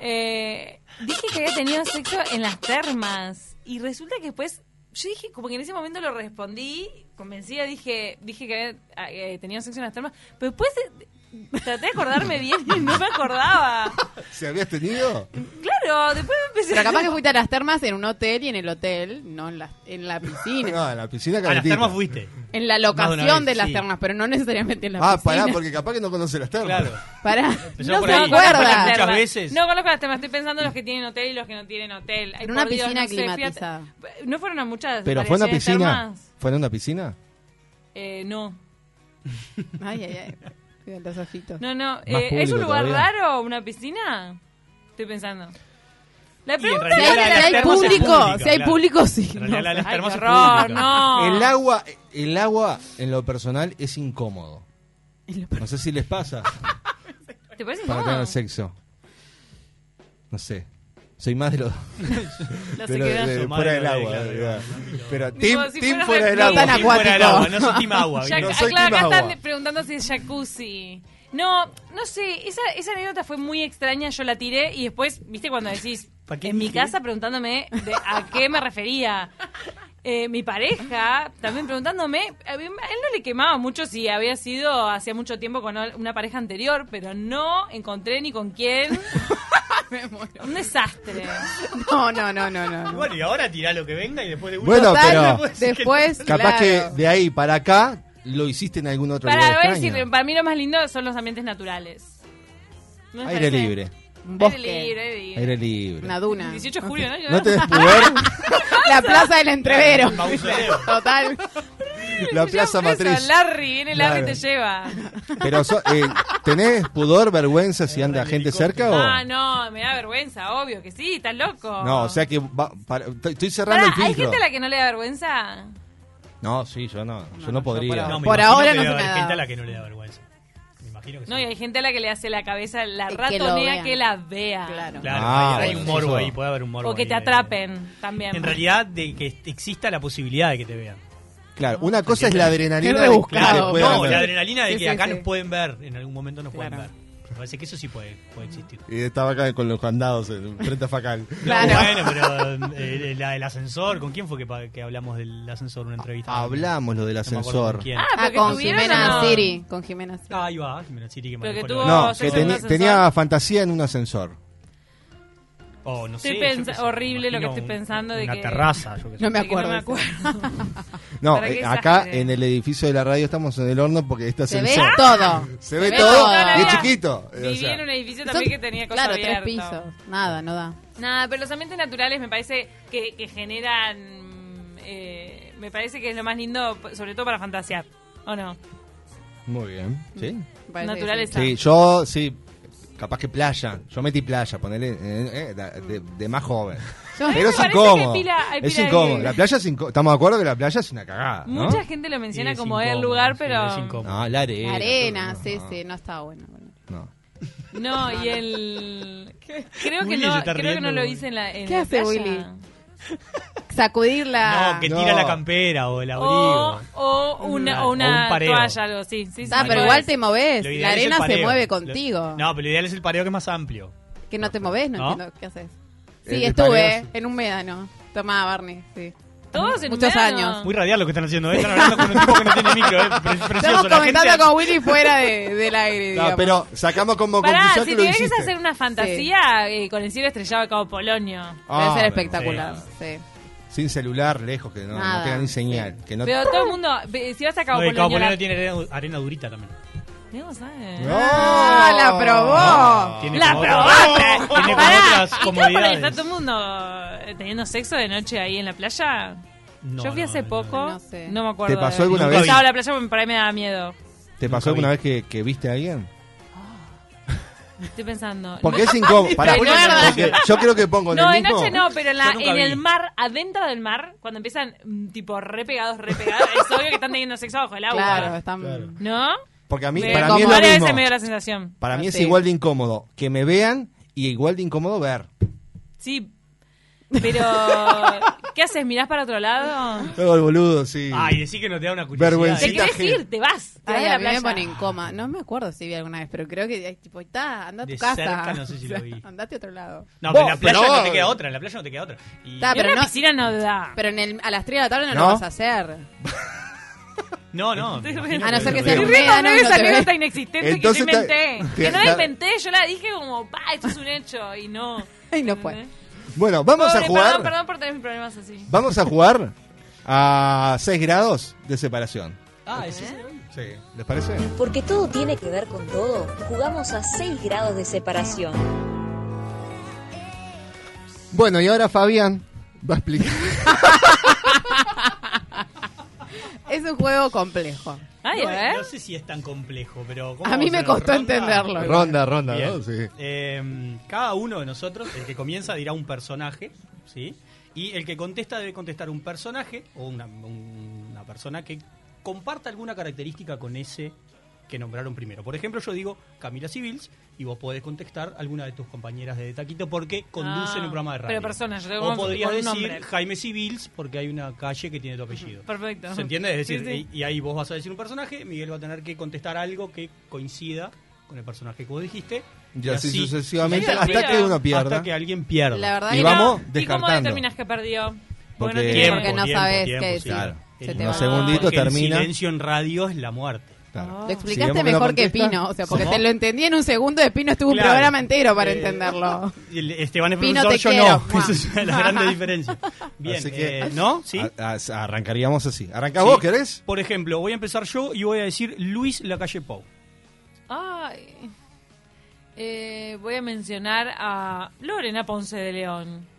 Speaker 17: Eh, dije que había tenido sexo en las termas, y resulta que después, yo dije, como que en ese momento lo respondí, convencida, dije, dije que había ah, eh, tenido sexo en las termas, pero después... eh, Traté de acordarme bien y no me acordaba.
Speaker 4: ¿Se habías tenido?
Speaker 17: Claro, después me empecé
Speaker 9: Pero capaz que
Speaker 17: fue
Speaker 9: fuiste a las termas en un hotel y en el hotel, no en la, en la
Speaker 8: [laughs]
Speaker 9: piscina.
Speaker 4: No, en la piscina
Speaker 8: A Ah, las
Speaker 4: calentita.
Speaker 8: termas fuiste.
Speaker 9: En
Speaker 8: Más de una
Speaker 9: la
Speaker 8: vez,
Speaker 9: locación de las
Speaker 8: sí.
Speaker 9: termas, pero no necesariamente en la
Speaker 4: Ah,
Speaker 9: piscina.
Speaker 4: pará, porque capaz que no conoce las termas.
Speaker 8: Claro.
Speaker 9: Pará.
Speaker 8: Empezó
Speaker 9: no
Speaker 8: por
Speaker 9: se
Speaker 8: ahí.
Speaker 9: acuerda.
Speaker 8: Muchas veces.
Speaker 17: No conozco las temas, estoy pensando en los que tienen hotel y los que no tienen hotel. Ay,
Speaker 9: En una
Speaker 17: por Dios,
Speaker 9: piscina
Speaker 17: no sé, fui a-
Speaker 9: climatizada.
Speaker 17: ¿No fueron a muchas?
Speaker 4: Pero fue en una
Speaker 17: variaciones
Speaker 4: piscina.
Speaker 17: termas?
Speaker 4: ¿Fue en una piscina?
Speaker 17: Eh, no.
Speaker 9: Ay, ay, ay. Cuidan los ojitos.
Speaker 17: No, no.
Speaker 4: Más
Speaker 17: eh, ¿Es
Speaker 4: público
Speaker 17: un lugar
Speaker 4: todavía.
Speaker 17: raro una piscina? Estoy pensando. La
Speaker 8: Y en
Speaker 17: pregunta
Speaker 8: realidad
Speaker 17: es-
Speaker 8: la de las termas es pública, claro. En realidad la de las
Speaker 17: Ay,
Speaker 8: termas
Speaker 17: qué
Speaker 8: es
Speaker 17: horror,
Speaker 8: pública.
Speaker 17: no.
Speaker 4: El agua, el agua, en lo personal, es incómodo. No sé si les
Speaker 17: [laughs]
Speaker 4: pasa
Speaker 17: ¿Te parece
Speaker 4: para
Speaker 17: incómodo?
Speaker 4: tener sexo. No sé. Soy más
Speaker 17: [laughs]
Speaker 4: de los.
Speaker 17: La
Speaker 4: de lo-
Speaker 17: sequedad.
Speaker 4: de-
Speaker 17: Soy más
Speaker 4: fuera
Speaker 17: de
Speaker 4: del
Speaker 17: lo de-
Speaker 4: agua.
Speaker 17: claro,
Speaker 4: de verdad. Pero,
Speaker 17: Digo,
Speaker 4: team,
Speaker 17: si
Speaker 4: team
Speaker 17: fuera
Speaker 4: fuera
Speaker 17: de-
Speaker 4: del
Speaker 17: no
Speaker 4: agua.
Speaker 17: tan
Speaker 4: Team fuera del
Speaker 8: acuático.
Speaker 4: agua,
Speaker 8: No soy team
Speaker 17: [laughs]
Speaker 8: agua,
Speaker 4: No
Speaker 8: bien.
Speaker 4: soy
Speaker 8: Soy
Speaker 17: claro,
Speaker 8: team
Speaker 17: acá
Speaker 8: agua.
Speaker 17: están preguntando si es jacuzzi. No, no sé, esa, esa anécdota fue muy extraña, yo la tiré y después, viste, cuando decís,
Speaker 8: ¿Para qué
Speaker 17: en mi
Speaker 8: dije?
Speaker 17: casa preguntándome de a qué me refería. Eh, mi pareja también preguntándome, a mí- a él no le quemaba mucho si había sido hacía mucho tiempo con ol- una pareja anterior, pero no encontré ni
Speaker 8: [laughs]
Speaker 17: con quién. Un desastre.
Speaker 9: No, no, no, no, no.
Speaker 8: Bueno, y ahora tirá lo que venga y después de una-
Speaker 4: Bueno,
Speaker 8: Total,
Speaker 4: pero-
Speaker 8: no puedo decir que-
Speaker 17: Después,
Speaker 4: Capaz
Speaker 17: claro.
Speaker 4: que de ahí para acá lo hiciste en algún otro
Speaker 17: Para
Speaker 4: lugar.
Speaker 17: ver si
Speaker 4: extraño.
Speaker 17: para mí lo más lindo son los ambientes naturales. ¿No les
Speaker 4: Aire
Speaker 17: parece?
Speaker 4: libre.
Speaker 17: Aire libre, aire libre.
Speaker 4: Aire
Speaker 17: [laughs]
Speaker 4: libre.
Speaker 9: Una duna.
Speaker 17: 18 de julio, ¿no?
Speaker 4: No te des pudor.
Speaker 9: [laughs] La plaza del entrevero.
Speaker 8: Mausoleo.
Speaker 9: Total.
Speaker 4: La plaza matriz.
Speaker 17: Eso, Larry, viene Larry y
Speaker 4: Claro.
Speaker 17: te lleva.
Speaker 4: Pero so- eh, ¿tenés pudor, vergüenza si anda gente cerca o.?
Speaker 17: Ah, no, me da vergüenza, obvio que sí, estás loco.
Speaker 4: No, o sea que va- para- estoy- estoy
Speaker 17: Pará,
Speaker 4: cerrando el
Speaker 17: ¿Hay
Speaker 4: filtro.
Speaker 17: gente a la que no le da vergüenza?
Speaker 4: No, sí, yo no, yo no, podría.
Speaker 8: No, me
Speaker 17: Por
Speaker 8: imagino
Speaker 17: ahora
Speaker 8: que
Speaker 17: no
Speaker 8: debe
Speaker 17: se
Speaker 8: haber Ah,
Speaker 17: me ha
Speaker 8: gente
Speaker 17: dado.
Speaker 8: a la que no le da vergüenza. Me imagino que sí.
Speaker 17: No, y hay gente a la que le hace la cabeza, la
Speaker 9: que lo
Speaker 17: ratonea
Speaker 9: vean.
Speaker 17: que la vea. Claro.
Speaker 8: Claro,
Speaker 4: Ah,
Speaker 8: hay, hay
Speaker 4: bueno,
Speaker 8: un morbo
Speaker 4: eso-
Speaker 8: ahí, puede haber un morbo.
Speaker 17: O que
Speaker 8: ahí
Speaker 17: te
Speaker 8: de-
Speaker 17: atrapen también.
Speaker 8: eh. En realidad, de que est- exista la posibilidad de que te vean.
Speaker 4: Claro, una cosa es la adrenalina. de que te puedan
Speaker 8: No,
Speaker 4: ver.
Speaker 8: la adrenalina de
Speaker 4: Sí,
Speaker 8: que
Speaker 4: sí,
Speaker 8: acá
Speaker 4: sí.
Speaker 8: nos pueden ver, en algún momento nos pueden ver. Me parece que eso sí puede, puede existir.
Speaker 4: Y estaba acá con los candados en frente a Facal.
Speaker 8: No, bueno, pero eh, la del ascensor, ¿con quién fue que, pa- que hablamos del ascensor en una entrevista?
Speaker 4: Hablamos lo del
Speaker 8: No me acuerdo
Speaker 4: ascensor.
Speaker 8: con quién.
Speaker 9: Ah, Ah, con
Speaker 8: estuvieron,
Speaker 9: Jimena
Speaker 8: ¿no?
Speaker 9: Siri. Con Jimena Siri.
Speaker 8: Ah, ahí va, Jimena Siri que
Speaker 17: Pero que
Speaker 8: manejó la-
Speaker 17: tuvo
Speaker 4: No, que
Speaker 17: en un
Speaker 4: teni-
Speaker 17: ascensor.
Speaker 4: tenía fantasía en un ascensor.
Speaker 8: Oh, no
Speaker 17: Estoy
Speaker 8: sé,
Speaker 17: pensa-
Speaker 8: yo qué sé,
Speaker 17: horrible lo que
Speaker 8: imagino
Speaker 17: estoy
Speaker 8: un-
Speaker 17: pensando de
Speaker 8: una
Speaker 17: que-
Speaker 8: terraza, yo qué sé.
Speaker 17: No me De que no acuerdo me de eso.
Speaker 4: No,
Speaker 17: Para
Speaker 4: eh,
Speaker 17: que
Speaker 4: acá
Speaker 17: exagere.
Speaker 4: en el edificio de la radio estamos en el horno porque este
Speaker 9: Se ve
Speaker 4: ascensor.
Speaker 9: todo.
Speaker 4: [laughs] Se ve
Speaker 9: Se ve
Speaker 4: todo
Speaker 9: todo.
Speaker 4: y es chiquito. eh, o
Speaker 17: Viví
Speaker 4: sea.
Speaker 17: en un edificio también que tenía cosas
Speaker 9: claro,
Speaker 17: abiertas.
Speaker 9: tres pisos. Nada, no da.
Speaker 17: Nada, pero los ambientes naturales me parece que, que generan. eh, me parece que es lo más lindo, sobre todo para fantasear. ¿O no?
Speaker 4: Muy bien. ¿Sí?
Speaker 17: Parece Naturaleza.
Speaker 4: Sí, yo sí. Capaz que playa. Yo metí playa, ponele. eh, eh, de- de, de más joven.
Speaker 17: [laughs] Yo-
Speaker 4: Pero
Speaker 17: Me
Speaker 4: es
Speaker 17: parece
Speaker 4: incómodo.
Speaker 17: que hay pila- hay
Speaker 4: es
Speaker 17: pila de-
Speaker 4: incómodo. La playa es incó- Estamos de acuerdo que la playa es una cagada. ¿no?
Speaker 17: Mucha gente lo menciona
Speaker 9: Sí, es
Speaker 17: como el
Speaker 9: incómodo,
Speaker 17: lugar,
Speaker 9: sí,
Speaker 17: pero.
Speaker 8: es incómodo.
Speaker 4: No, la arena.
Speaker 9: Arena, sí, sí, no está bueno.
Speaker 17: No, y el. Creo que
Speaker 9: Willy
Speaker 17: no,
Speaker 9: se está
Speaker 17: creo que
Speaker 9: riendo,
Speaker 17: no lo
Speaker 9: Willy.
Speaker 17: hice en la. en
Speaker 9: ¿Qué
Speaker 17: la
Speaker 9: hace
Speaker 17: playa.
Speaker 9: Willy? Sacudir la.
Speaker 8: No, que tira la campera o el abrigo.
Speaker 17: O, o una,
Speaker 8: O
Speaker 17: o
Speaker 8: un
Speaker 17: una
Speaker 8: pareo.
Speaker 17: toalla, algo así. Sí, sí,
Speaker 9: Ah,
Speaker 17: sí,
Speaker 9: pero
Speaker 17: puede
Speaker 9: igual
Speaker 17: ser.
Speaker 9: te moves.
Speaker 8: Lo ideal
Speaker 9: La
Speaker 8: es el
Speaker 9: arena se
Speaker 8: pareo.
Speaker 9: mueve
Speaker 8: Lo-
Speaker 9: contigo.
Speaker 8: No, pero lo ideal es el pareo que es más amplio.
Speaker 9: Que no te moves, no,
Speaker 8: ¿No?
Speaker 9: entiendo qué haces.
Speaker 8: El
Speaker 9: Sí,
Speaker 8: de
Speaker 9: estuve
Speaker 8: pareos.
Speaker 9: en un médano. Tomá, Barney, sí.
Speaker 17: Todos en
Speaker 9: Muchos
Speaker 17: médano.
Speaker 9: años.
Speaker 8: Muy radial lo que están haciendo. ¿eh? Están hablando con un tipo que no tiene micro.
Speaker 9: [laughs]
Speaker 8: ¿eh? Pre-
Speaker 9: Estamos
Speaker 8: precioso. La gente-
Speaker 9: comentando con Willy fuera de, del aire,
Speaker 4: No,
Speaker 9: digamos.
Speaker 4: pero sacamos como
Speaker 17: Pará,
Speaker 4: conclusión
Speaker 17: si
Speaker 4: que lo
Speaker 17: tuvieras
Speaker 4: hiciste.
Speaker 17: que hacer una fantasía eh, con el cielo estrellado de Cabo Polonio.
Speaker 4: Ah,
Speaker 9: Debe ser
Speaker 4: bueno,
Speaker 9: espectacular,
Speaker 4: sí.
Speaker 9: sí.
Speaker 4: Sin celular, lejos, que no, no
Speaker 17: Nada,
Speaker 4: tenga ni señal. Que no...
Speaker 17: Pero todo el mundo, ve- si vas a Cabo
Speaker 8: No, y
Speaker 17: Polonio.
Speaker 8: Cabo
Speaker 17: la-
Speaker 8: Polonio tiene arena, arena durita también.
Speaker 17: Diego sabe.
Speaker 4: ¡Ah,
Speaker 9: la probó!
Speaker 8: Tiene
Speaker 17: ¡La
Speaker 8: como otra-
Speaker 17: probaste!
Speaker 8: Tiene como
Speaker 17: Pará,
Speaker 8: otras
Speaker 17: ¿y claro, porque
Speaker 8: comodidades.
Speaker 17: está todo el mundo eh, teniendo sexo de noche ahí en la playa?
Speaker 8: No,
Speaker 17: Yo fui hace poco, no, me acuerdo.
Speaker 4: ¿Te pasó
Speaker 17: de-
Speaker 4: alguna
Speaker 17: Nunca
Speaker 4: vez?
Speaker 17: Estaba en la playa porque por ahí me daba miedo.
Speaker 4: ¿Te pasó alguna vez que, que viste a alguien?
Speaker 17: Estoy pensando.
Speaker 4: Porque
Speaker 17: [laughs]
Speaker 4: es
Speaker 17: Ay,
Speaker 4: incómodo. Pará,
Speaker 17: pero no,
Speaker 4: porque yo creo que pongo en
Speaker 17: no,
Speaker 4: el
Speaker 17: de
Speaker 4: mismo.
Speaker 17: noche no, pero en, la-
Speaker 8: Yo nunca
Speaker 17: en
Speaker 8: vi.
Speaker 17: el mar, adentro del mar, cuando empiezan mm, tipo re pegados, re pegados, es obvio que están teniendo sexo bajo el agua.
Speaker 9: Claro, están- Claro.
Speaker 17: ¿No?
Speaker 4: Porque a mí,
Speaker 17: Me-
Speaker 4: para mí es lo
Speaker 17: varias
Speaker 4: mismo.
Speaker 17: veces me dio la sensación.
Speaker 4: Para mí es
Speaker 17: Sí.
Speaker 4: igual de incómodo que me vean y igual de incómodo ver.
Speaker 17: Sí. Pero, ¿qué haces? ¿Mirás para otro lado?
Speaker 4: Todo el boludo, sí.
Speaker 8: Ay, decí que no te da una curiosidad.
Speaker 17: ¿Te querés ir? ¿Te vas? ¿Te vas
Speaker 9: Ay,
Speaker 17: de la
Speaker 9: a mí me
Speaker 17: playa?
Speaker 9: pone en coma. No me acuerdo si vi alguna vez, pero creo que, ay, tipo, está, anda a tu
Speaker 8: De
Speaker 9: casa.
Speaker 8: cerca no
Speaker 9: [laughs]
Speaker 8: sé si lo vi.
Speaker 9: Andate a otro lado.
Speaker 8: No, pero en la
Speaker 4: Vos,
Speaker 8: playa
Speaker 4: pero
Speaker 8: no
Speaker 4: vos.
Speaker 8: te queda otra. En la playa no te queda otra. Y- [laughs]
Speaker 9: Está, pero
Speaker 17: en la
Speaker 9: no-
Speaker 17: piscina no da.
Speaker 9: Pero en el- a las 3 de la tarde no,
Speaker 8: ¿No?
Speaker 9: lo vas a hacer. [laughs]
Speaker 8: No, no. me imagino
Speaker 9: A no ser que sea
Speaker 8: lo veo.
Speaker 9: en un médano,
Speaker 17: Esa
Speaker 9: no te
Speaker 17: anécdota
Speaker 9: ves.
Speaker 17: inexistente
Speaker 4: Entonces
Speaker 17: que yo
Speaker 4: te-
Speaker 17: inventé.
Speaker 4: te-
Speaker 17: que no la
Speaker 4: la-
Speaker 17: inventé, yo la dije como, pa, esto es un hecho. Y no.
Speaker 9: Ay, no fue.
Speaker 4: Bueno, vamos
Speaker 17: Pobre,
Speaker 4: a jugar.
Speaker 17: Perdón, perdón por tener mis problemas así.
Speaker 4: Vamos a jugar a 6 grados de separación.
Speaker 8: Ah, ¿es
Speaker 4: Sí. ¿Les parece?
Speaker 21: Porque todo tiene que ver con todo, jugamos a 6 grados de separación.
Speaker 4: Bueno, y ahora Fabián va a explicar.
Speaker 9: [laughs] Es un juego complejo.
Speaker 8: Ay,
Speaker 9: a ver.
Speaker 8: No sé si es tan complejo, pero... ¿cómo
Speaker 9: A mí
Speaker 8: vamos
Speaker 9: me
Speaker 8: hacer una
Speaker 9: costó
Speaker 8: ronda?
Speaker 9: entenderlo.
Speaker 4: Ronda, ronda,
Speaker 8: Bien.
Speaker 4: ¿no? Sí.
Speaker 8: Eh, cada uno de nosotros, el que comienza dirá un personaje, ¿sí? Y el que contesta debe contestar un personaje o una, un- una persona que comparta alguna característica con ese que nombraron primero. Por ejemplo, yo digo Camila Civils y vos podés contestar alguna de tus compañeras de Taquito porque conducen
Speaker 17: Ah,
Speaker 8: un programa de radio.
Speaker 17: pero personas, yo tengo
Speaker 8: o
Speaker 17: con-
Speaker 8: podrías
Speaker 17: con un
Speaker 8: decir
Speaker 17: nombre.
Speaker 8: Jaime Civils porque hay una calle que tiene tu apellido.
Speaker 17: Perfecto.
Speaker 8: ¿Se entiende? Es
Speaker 17: Sí,
Speaker 8: decir,
Speaker 17: sí.
Speaker 8: Y, y ahí vos vas a decir un personaje, Miguel va a tener que contestar algo que coincida con el personaje que vos dijiste.
Speaker 4: Y así sucesivamente, hasta
Speaker 8: Mira,
Speaker 4: que uno pierda.
Speaker 8: Hasta que alguien pierda.
Speaker 9: La verdad
Speaker 4: y
Speaker 9: que
Speaker 4: vamos
Speaker 8: no.
Speaker 9: ¿Y cómo
Speaker 4: descartando.
Speaker 9: determinás
Speaker 17: que perdió?
Speaker 8: Porque-
Speaker 9: no tiene- Porque no sabes qué decir.
Speaker 8: Claro.
Speaker 9: Se te
Speaker 8: Unos
Speaker 9: va.
Speaker 8: segunditos
Speaker 9: Porque el
Speaker 8: termina. El silencio en radio es la muerte.
Speaker 17: Ah.
Speaker 9: Lo explicaste mejor que Pino, o sea, porque te lo entendí en un segundo de Pino estuvo
Speaker 8: Claro.
Speaker 9: un programa entero para
Speaker 8: Eh, [laughs]
Speaker 9: entenderlo.
Speaker 8: El Esteban es
Speaker 9: Pino,
Speaker 8: profesor,
Speaker 9: te
Speaker 8: yo
Speaker 9: quiero.
Speaker 8: no. [laughs] Esa es la grande diferencia. Bien,
Speaker 4: Así que-
Speaker 8: eh, ¿no? ¿Sí?
Speaker 4: A- a- arrancaríamos así. Arranca
Speaker 8: Sí.
Speaker 4: vos, ¿querés?
Speaker 8: Por ejemplo, voy a empezar yo y voy a decir Luis Lacalle Pau.
Speaker 17: Ay. Eh, voy a mencionar a Lorena Ponce de León.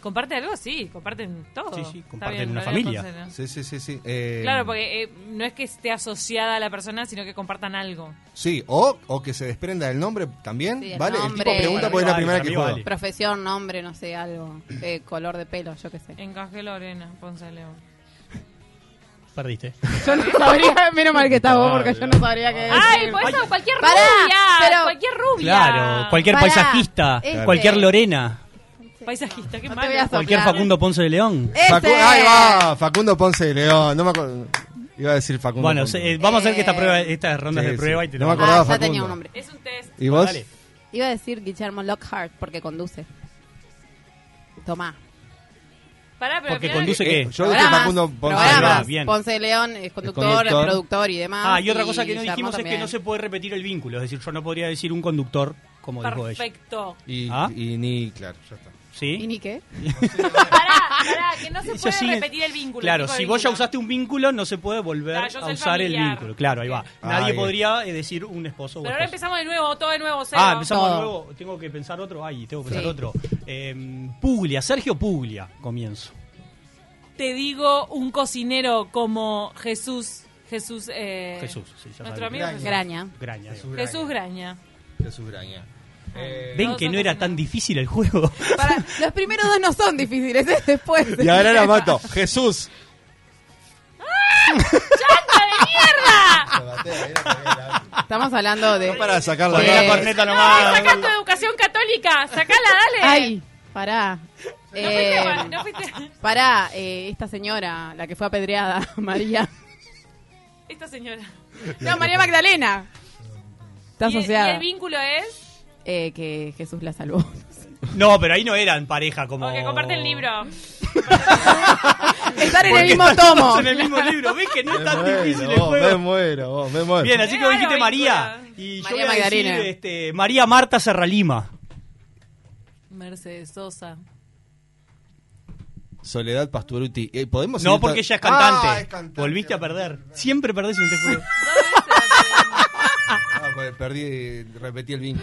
Speaker 17: ¿Comparte algo? Sí, comparten todo.
Speaker 4: Sí, sí,
Speaker 17: Está
Speaker 4: comparten
Speaker 17: bien,
Speaker 4: una
Speaker 17: Lorena
Speaker 4: familia.
Speaker 17: Ponce de León.
Speaker 4: Sí, sí, sí. sí. Eh,
Speaker 17: Claro, porque eh, no es que esté asociada a la persona, sino que compartan algo.
Speaker 4: Sí, o, o que se desprenda el nombre también.
Speaker 9: Sí, el
Speaker 4: ¿Vale?
Speaker 9: nombre.
Speaker 4: el tipo pregunta porque es la primera que juega.
Speaker 9: Profesión, nombre, no sé, algo. Eh, color de pelo, yo qué sé.
Speaker 17: Encaje Lorena Ponce de León.
Speaker 8: Perdiste.
Speaker 9: Yo no sabría, menos mal que estás vos, porque yo no sabría qué decir.
Speaker 17: Ay, por eso cualquier
Speaker 9: Pará,
Speaker 17: rubia,
Speaker 9: pero-
Speaker 17: cualquier rubia.
Speaker 8: Claro, cualquier
Speaker 9: Pará,
Speaker 8: paisajista,
Speaker 9: este.
Speaker 8: cualquier Lorena,
Speaker 17: [laughs] Paisajista, qué
Speaker 9: te
Speaker 17: malo.
Speaker 9: voy a
Speaker 8: cualquier Facundo Ponce de León.
Speaker 4: Facu- Ahí va, Facundo Ponce de León. No me acuerdo. Iba a decir Facundo.
Speaker 8: Bueno,
Speaker 4: Ponce.
Speaker 8: se- eh, vamos a hacer que esta prueba, estas rondas
Speaker 4: Sí,
Speaker 8: de
Speaker 4: sí.
Speaker 8: prueba y te
Speaker 4: No
Speaker 8: la-
Speaker 4: me acordaba
Speaker 9: ya
Speaker 4: Facundo.
Speaker 9: tenía un nombre.
Speaker 17: Es un test.
Speaker 4: ¿Y vos?
Speaker 8: Dale.
Speaker 9: Iba a decir Guillermo Lockhart, porque conduce. Tomá.
Speaker 17: Pará, Ah, pero
Speaker 8: Porque
Speaker 17: al final-
Speaker 8: conduce qué?
Speaker 4: Eh, yo dije
Speaker 9: Programas,
Speaker 4: Facundo Ponce de
Speaker 9: programas.
Speaker 4: León. Bien.
Speaker 9: Ponce de León es conductor,
Speaker 8: El conductor.
Speaker 9: productor y demás.
Speaker 8: Ah, y otra cosa que no
Speaker 9: Guillermo
Speaker 8: dijimos es que
Speaker 9: también.
Speaker 8: no se puede repetir el vínculo, es decir, yo no podría decir un conductor como dijo ella.
Speaker 17: Perfecto.
Speaker 4: Y,
Speaker 8: ¿Ah?
Speaker 4: y ni, claro, ya está.
Speaker 8: ¿Sí?
Speaker 9: ¿Y ni qué?
Speaker 17: [laughs] Pará, pará, que no se
Speaker 8: Eso
Speaker 17: puede
Speaker 8: sigue-
Speaker 17: repetir el vínculo.
Speaker 8: Claro,
Speaker 17: el tipo
Speaker 8: si
Speaker 17: de
Speaker 8: vos ya
Speaker 17: vínculo.
Speaker 8: usaste un vínculo, no se puede volver
Speaker 17: Claro, yo
Speaker 8: a
Speaker 17: soy
Speaker 8: usar el
Speaker 17: familiar.
Speaker 8: vínculo. Claro, ahí va. Nadie
Speaker 4: bien.
Speaker 8: podría eh, decir un esposo o
Speaker 17: Pero ahora
Speaker 8: esposa.
Speaker 17: empezamos de nuevo, todo de nuevo, cero.
Speaker 8: Ah, empezamos de nuevo. Tengo que pensar otro. Ay, tengo que pensar
Speaker 17: Sí.
Speaker 8: otro. Eh, Puglia, Sergio Puglia, comienzo.
Speaker 17: Te digo un cocinero como Jesús. Jesús. Eh,
Speaker 8: Jesús, sí, ya
Speaker 17: Nuestro
Speaker 8: sabemos.
Speaker 17: amigo
Speaker 9: Graña.
Speaker 8: Graña. ahí va.
Speaker 17: Jesús. Jesús Graña.
Speaker 4: Jesús Graña.
Speaker 8: Ven que no era tan difícil el juego.
Speaker 9: Pará, los primeros dos no son difíciles, [laughs] es después.
Speaker 4: Y ahora
Speaker 9: [laughs]
Speaker 4: la mato. Jesús.
Speaker 9: Estamos hablando de.
Speaker 4: Para sacarla.
Speaker 8: Poné la corneta
Speaker 17: No,
Speaker 8: nomás.
Speaker 17: sacá tu educación católica. Sacala, dale.
Speaker 9: Ay, pará.
Speaker 17: No fuiste
Speaker 9: Eh,
Speaker 17: mal, no fuiste-
Speaker 9: Pará, eh, esta señora, la que fue apedreada, [laughs] María.
Speaker 17: Esta señora.
Speaker 9: No, María Magdalena. Está
Speaker 17: ¿Y, el- y
Speaker 9: asociada.
Speaker 17: el vínculo es?
Speaker 9: Eh, que Jesús
Speaker 17: [laughs]
Speaker 9: la salvó.
Speaker 8: No, pero ahí no eran pareja como.
Speaker 17: Porque comparte el libro.
Speaker 9: Estar en
Speaker 8: Porque
Speaker 9: el mismo
Speaker 8: están todos [laughs]
Speaker 9: tomo.
Speaker 8: en el mismo libro. ¿Ves que no es tan
Speaker 4: Bueno,
Speaker 8: difícil el
Speaker 4: vos, me
Speaker 8: juego?
Speaker 4: muero, vos, me muero.
Speaker 8: Bien, así que
Speaker 17: Era
Speaker 8: vos dijiste
Speaker 17: la
Speaker 8: María. Y yo
Speaker 9: María
Speaker 8: voy a decir,
Speaker 9: Magdalena.
Speaker 8: este, María Marta Serralima.
Speaker 17: Mercedes Sosa.
Speaker 4: Soledad Pasturuti. Eh, ¿Podemos
Speaker 8: No,
Speaker 4: seguir
Speaker 8: porque
Speaker 4: pa-
Speaker 8: ella es cantante.
Speaker 4: Ah, es cantante.
Speaker 8: Volviste a perder. Siempre perdés en este juego.
Speaker 4: Ah, pues, perdí, repetí el vino.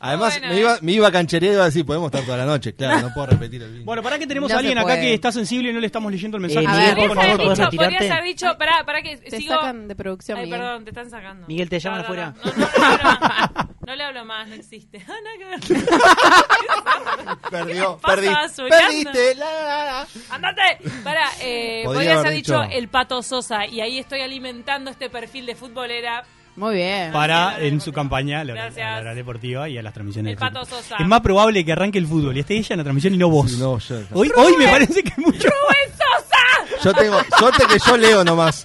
Speaker 4: Además,
Speaker 17: Bueno.
Speaker 4: me, iba, me iba a canchería y iba a decir, podemos estar toda la noche. Claro, no puedo repetir el vino.
Speaker 8: Bueno, ¿para qué tenemos
Speaker 9: No
Speaker 8: a
Speaker 9: se
Speaker 8: alguien acá
Speaker 9: puede.
Speaker 8: que está sensible y no le estamos leyendo el mensaje?
Speaker 9: Eh, A
Speaker 17: Podrías
Speaker 9: ver,
Speaker 17: haber
Speaker 26: por favor, ¿podés
Speaker 17: dicho,
Speaker 26: retirarte?
Speaker 17: podrías haber dicho, pará, pará que
Speaker 9: Te
Speaker 17: sigo.
Speaker 9: sacan de producción,
Speaker 17: Ay,
Speaker 9: Miguel.
Speaker 17: perdón, te están sacando.
Speaker 26: Miguel, te llaman
Speaker 17: No, no,
Speaker 26: afuera.
Speaker 17: No, no, no, no, no, no. No le hablo más, no existe. [laughs] Ah, nada que ver. [laughs]
Speaker 4: perdió,
Speaker 17: pasa,
Speaker 4: perdí.
Speaker 17: Soledad?
Speaker 4: Perdiste. la, la, la.
Speaker 17: Andate. Pará, eh,
Speaker 4: Podría
Speaker 17: podrías
Speaker 4: haber
Speaker 17: haber dicho
Speaker 4: dicho.
Speaker 17: el pato Sosa y ahí estoy alimentando este perfil de futbolera.
Speaker 9: Muy bien.
Speaker 8: Para en su campaña a la, hora-
Speaker 17: Gracias.
Speaker 8: a la hora deportiva y a las transmisiones.
Speaker 17: El
Speaker 8: de fútbol.
Speaker 17: Pato Sosa.
Speaker 8: Es más probable que arranque el fútbol y esté ella en la transmisión y no vos.
Speaker 4: Sí, no, yo-
Speaker 8: hoy, hoy me parece que es mucho.
Speaker 17: ¡Rubén Sosa!
Speaker 4: Yo tengo suerte que yo leo nomás.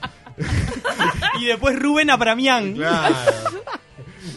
Speaker 8: Y después Rubén Apramián.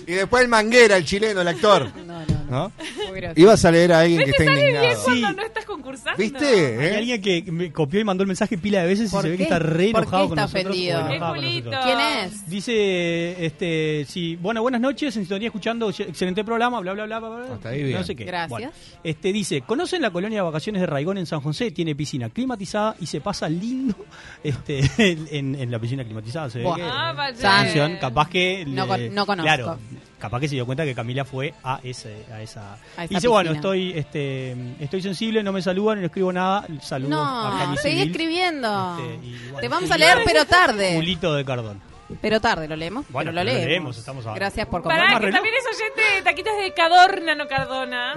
Speaker 4: Y después el manguera, el chileno, el actor.
Speaker 9: No, no, no.
Speaker 4: ¿No?
Speaker 9: Muy gracioso.
Speaker 4: Ibas a leer a alguien que
Speaker 17: ¿Ves?
Speaker 4: está
Speaker 17: Te sale bien
Speaker 4: indignado.
Speaker 17: cuando no estás concursando.
Speaker 4: ¿Viste?
Speaker 8: Hay
Speaker 4: eh?
Speaker 8: alguien que me copió y mandó el mensaje pila de veces y
Speaker 9: ¿Por
Speaker 8: se ve que
Speaker 9: qué?
Speaker 8: está re
Speaker 9: ¿Por qué
Speaker 8: enojado con
Speaker 9: está
Speaker 8: nosotros.
Speaker 9: ofendido?
Speaker 8: o
Speaker 17: ¡Qué
Speaker 8: enojado con
Speaker 17: culito!
Speaker 8: nosotros.
Speaker 9: ¿Quién es?
Speaker 8: Dice, este, sí, bueno, buenas noches, en sintonía escuchando, excelente programa, bla, bla, bla, bla, bla.
Speaker 4: Hasta ahí bien.
Speaker 8: No sé qué.
Speaker 9: Gracias.
Speaker 8: Bueno, este, dice, ¿conocen la colonia de vacaciones de Raigón en San José? Tiene piscina climatizada y se pasa lindo [laughs] este, en, en la piscina climatizada. Se ve
Speaker 9: Buah.
Speaker 8: que-
Speaker 17: Ah, vale.
Speaker 8: Sanción, capaz que...
Speaker 9: No
Speaker 8: le-
Speaker 9: con- no conozco.
Speaker 8: Claro, capaz que se dio cuenta que Camila fue a, ese, a esa...
Speaker 9: A esa
Speaker 8: y dice, bueno,
Speaker 9: piscina.
Speaker 8: estoy, este, estoy sensible, no me saludan, no escribo nada, saludos a
Speaker 9: No,
Speaker 8: Cami
Speaker 9: seguí
Speaker 8: Civil.
Speaker 9: escribiendo.
Speaker 8: Este, y bueno,
Speaker 9: Te vamos
Speaker 8: sí,
Speaker 9: a leer, pero tarde.
Speaker 8: Pulito de Cardón.
Speaker 9: Pero tarde, lo leemos.
Speaker 8: Bueno, pero
Speaker 9: pero lo
Speaker 8: lo
Speaker 9: leemos.
Speaker 8: leemos, estamos a-
Speaker 9: Gracias por
Speaker 8: Pará,
Speaker 9: comprarnos
Speaker 8: que
Speaker 9: reloj.
Speaker 8: también
Speaker 9: También
Speaker 17: Eres oyente de taquitas de Cadorna, no Cardona.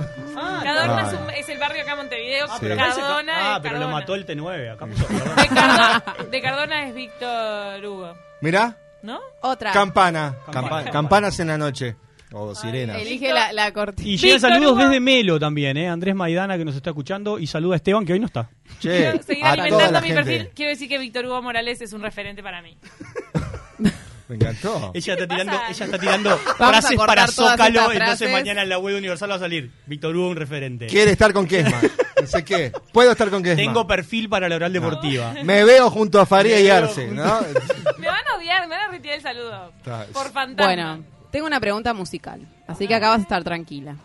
Speaker 17: Cadorna
Speaker 8: claro.
Speaker 17: es, un- es el barrio acá en Montevideo.
Speaker 8: Ah, pero, acá se-
Speaker 17: Cadona,
Speaker 8: ah, pero lo mató el T9, acá puso Cardona.
Speaker 17: [laughs] es- de Cardona es Víctor Hugo.
Speaker 4: Mirá,
Speaker 17: ¿No?
Speaker 9: Otra.
Speaker 4: campana. Campa- Campanas en la noche. O sirenas.
Speaker 9: Elige la, la cortina.
Speaker 8: Y llega
Speaker 9: Víctor
Speaker 8: saludos
Speaker 9: Hugo.
Speaker 8: desde Melo también, ¿eh? Andrés Maidana que nos está escuchando y saluda a Esteban que hoy no está.
Speaker 4: Che,
Speaker 17: Seguir alimentando mi perfil. Quiero decir que Víctor Hugo Morales es un referente para mí.
Speaker 4: Me encantó.
Speaker 8: Ella está tirando, ella está tirando
Speaker 17: a
Speaker 8: frases
Speaker 17: cortar
Speaker 8: para
Speaker 17: todas estas
Speaker 8: Zócalo, entonces
Speaker 17: frases.
Speaker 8: mañana en la web universal va a salir Víctor Hugo un referente.
Speaker 4: Quiere estar con
Speaker 8: [laughs]
Speaker 4: Kesma. No sé qué. Puedo estar con Kesma.
Speaker 8: Tengo perfil para la oral deportiva.
Speaker 4: Me veo junto a Faría
Speaker 8: Me
Speaker 4: y
Speaker 8: veo
Speaker 4: Arce,
Speaker 8: junto-
Speaker 4: ¿no?
Speaker 17: Me van a odiar, me van a retirar el saludo. Por fantasma.
Speaker 9: Bueno, tengo una pregunta musical, así que acá vas a estar tranquila.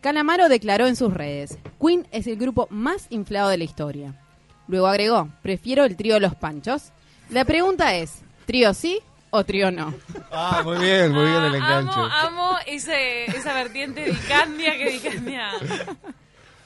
Speaker 9: Calamaro declaró en sus redes, Queen es el grupo más inflado de la historia. Luego agregó, prefiero el trío Los Panchos. La pregunta es, ¿trío sí o trío no?
Speaker 4: Ah, muy bien, muy bien el enganche.
Speaker 17: Ah, Amo, amo ese- esa vertiente de Candia que Dicandia.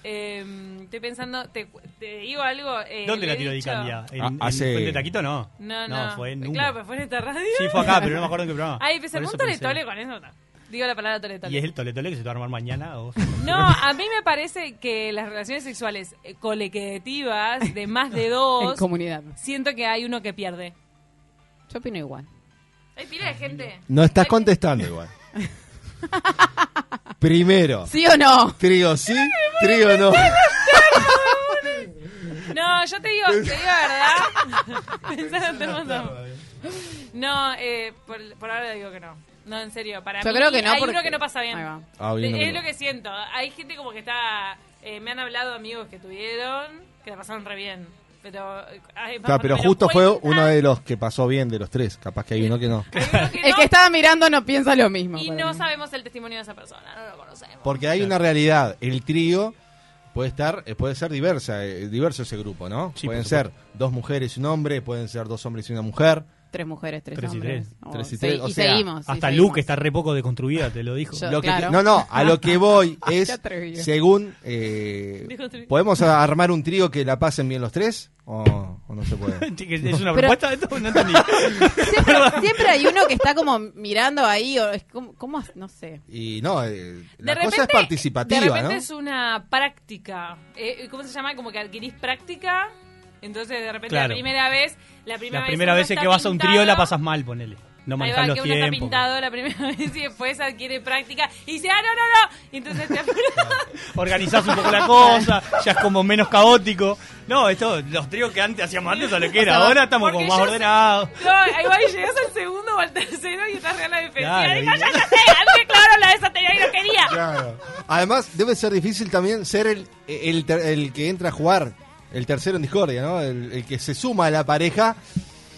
Speaker 17: Eh, estoy pensando, te, te digo algo. eh,
Speaker 8: ¿Dónde la
Speaker 17: le he
Speaker 8: tiró
Speaker 17: dicho-
Speaker 8: Dicandia? ¿En,
Speaker 4: Ah,
Speaker 8: en
Speaker 4: hace-
Speaker 8: Fuente Taquito no?
Speaker 17: No, no.
Speaker 8: fue en Numa.
Speaker 17: Claro, pero fue en esta radio.
Speaker 8: Sí, fue acá, pero no me acuerdo en qué programa.
Speaker 17: Ay, empecé
Speaker 8: Por
Speaker 17: un
Speaker 8: eso
Speaker 17: tole
Speaker 8: pensé.
Speaker 17: tole con eso. no. Digo la palabra tole tole.
Speaker 8: ¿Y es el toletole que se te va a armar mañana? o- [laughs]
Speaker 17: No, a mí me parece que las relaciones sexuales eh, colectivas de
Speaker 8: [laughs]
Speaker 17: más de dos.
Speaker 9: En comunidad.
Speaker 8: Ah,
Speaker 17: Siento que hay uno que pierde.
Speaker 9: Yo opino igual.
Speaker 17: Hay pila de gente.
Speaker 4: No estás contestando
Speaker 9: [laughs]
Speaker 4: igual. Primero.
Speaker 9: ¿Sí o no?
Speaker 4: Trío sí, trío no.
Speaker 17: No, yo te digo, te digo la verdad. Pensando en todo el mundo. No, eh, por, por ahora digo que no. No, en serio, para
Speaker 9: Yo
Speaker 17: mí
Speaker 9: creo que no,
Speaker 17: hay
Speaker 9: porque-
Speaker 17: uno que no pasa bien.
Speaker 9: Ahí va.
Speaker 4: Ah, hay
Speaker 17: De-
Speaker 4: uno que
Speaker 17: es
Speaker 4: no.
Speaker 17: lo que siento. Hay gente como que está... eh, me han hablado amigos que tuvieron, que la pasaron re bien. Pero, eh, ay,
Speaker 4: Claro,
Speaker 17: vamos,
Speaker 4: pero
Speaker 17: me lo
Speaker 4: justo fue
Speaker 17: cuentan.
Speaker 4: uno de los que pasó bien de los tres. Capaz que hay uno que no.
Speaker 9: El que estaba mirando no piensa lo mismo.
Speaker 17: Y
Speaker 9: para
Speaker 17: no
Speaker 9: mí.
Speaker 17: sabemos el testimonio de esa persona, no lo conocemos.
Speaker 4: Porque hay una realidad. El trío puede estar, eh, puede ser diversa, eh, diverso ese grupo, ¿no? pueden
Speaker 8: por
Speaker 4: ser dos mujeres y un hombre, pueden ser dos hombres y una mujer.
Speaker 9: Tres mujeres, tres,
Speaker 8: Tres y
Speaker 9: hombres.
Speaker 8: tres.
Speaker 9: O
Speaker 4: Tres y
Speaker 9: se-
Speaker 4: tres, o
Speaker 9: y
Speaker 4: sea,
Speaker 9: seguimos. y
Speaker 8: Hasta
Speaker 9: seguimos.
Speaker 8: Luke está re poco deconstruida, te lo
Speaker 17: [laughs]
Speaker 8: dijo.
Speaker 9: Yo-
Speaker 4: Lo que
Speaker 9: claro.
Speaker 4: qui- no, no, a lo que
Speaker 9: [laughs]
Speaker 4: voy
Speaker 9: Qué
Speaker 4: es,
Speaker 9: atrevido.
Speaker 4: según, eh,
Speaker 9: Deconstruido.
Speaker 4: ¿podemos a- armar un trío que la pasen bien los tres? ¿O, o no
Speaker 8: [laughs]
Speaker 4: se puede?
Speaker 8: ¿Es una
Speaker 9: Pero-
Speaker 8: propuesta de esto? No entendí.
Speaker 4: [laughs]
Speaker 9: Siempre, siempre hay uno que está como mirando ahí, o es como, ¿cómo? No sé.
Speaker 4: Y no, eh,
Speaker 17: De
Speaker 4: la cosa es participativa,
Speaker 17: De repente
Speaker 4: ¿no?
Speaker 17: es una práctica. Eh, ¿Cómo se llama? Como que adquirís práctica. Entonces, de repente,
Speaker 8: Claro.
Speaker 17: la primera vez. La primera,
Speaker 8: La primera
Speaker 17: uno
Speaker 8: vez es
Speaker 17: está
Speaker 8: que vas a un trío la
Speaker 17: pintado.
Speaker 8: pasas mal, ponele. No
Speaker 17: Ahí
Speaker 8: manejas
Speaker 17: va,
Speaker 8: los
Speaker 17: que uno está
Speaker 8: tiempos.
Speaker 17: pintado la primera [laughs] vez y después adquiere práctica. Y dice, ah, no, no, no. Y Entonces te
Speaker 8: organizás un poco la cosa, ya es como menos caótico. No, esto, los tríos que antes hacíamos antes a lo que era,
Speaker 17: O sea,
Speaker 8: ahora estamos
Speaker 17: porque
Speaker 8: como más
Speaker 17: yo
Speaker 8: ordenados.
Speaker 17: No, ahí va y llegas al segundo o al tercero y estás re a la defensiva.
Speaker 8: Claro,
Speaker 17: Digo,
Speaker 8: y- [laughs]
Speaker 17: ya, ya sé, antes, claro, la de esa tenía y no quería.
Speaker 4: Claro. Además, debe ser difícil también ser el, el, ter- el que entra a jugar, el tercero en discordia, ¿no? El, el que se suma a la pareja.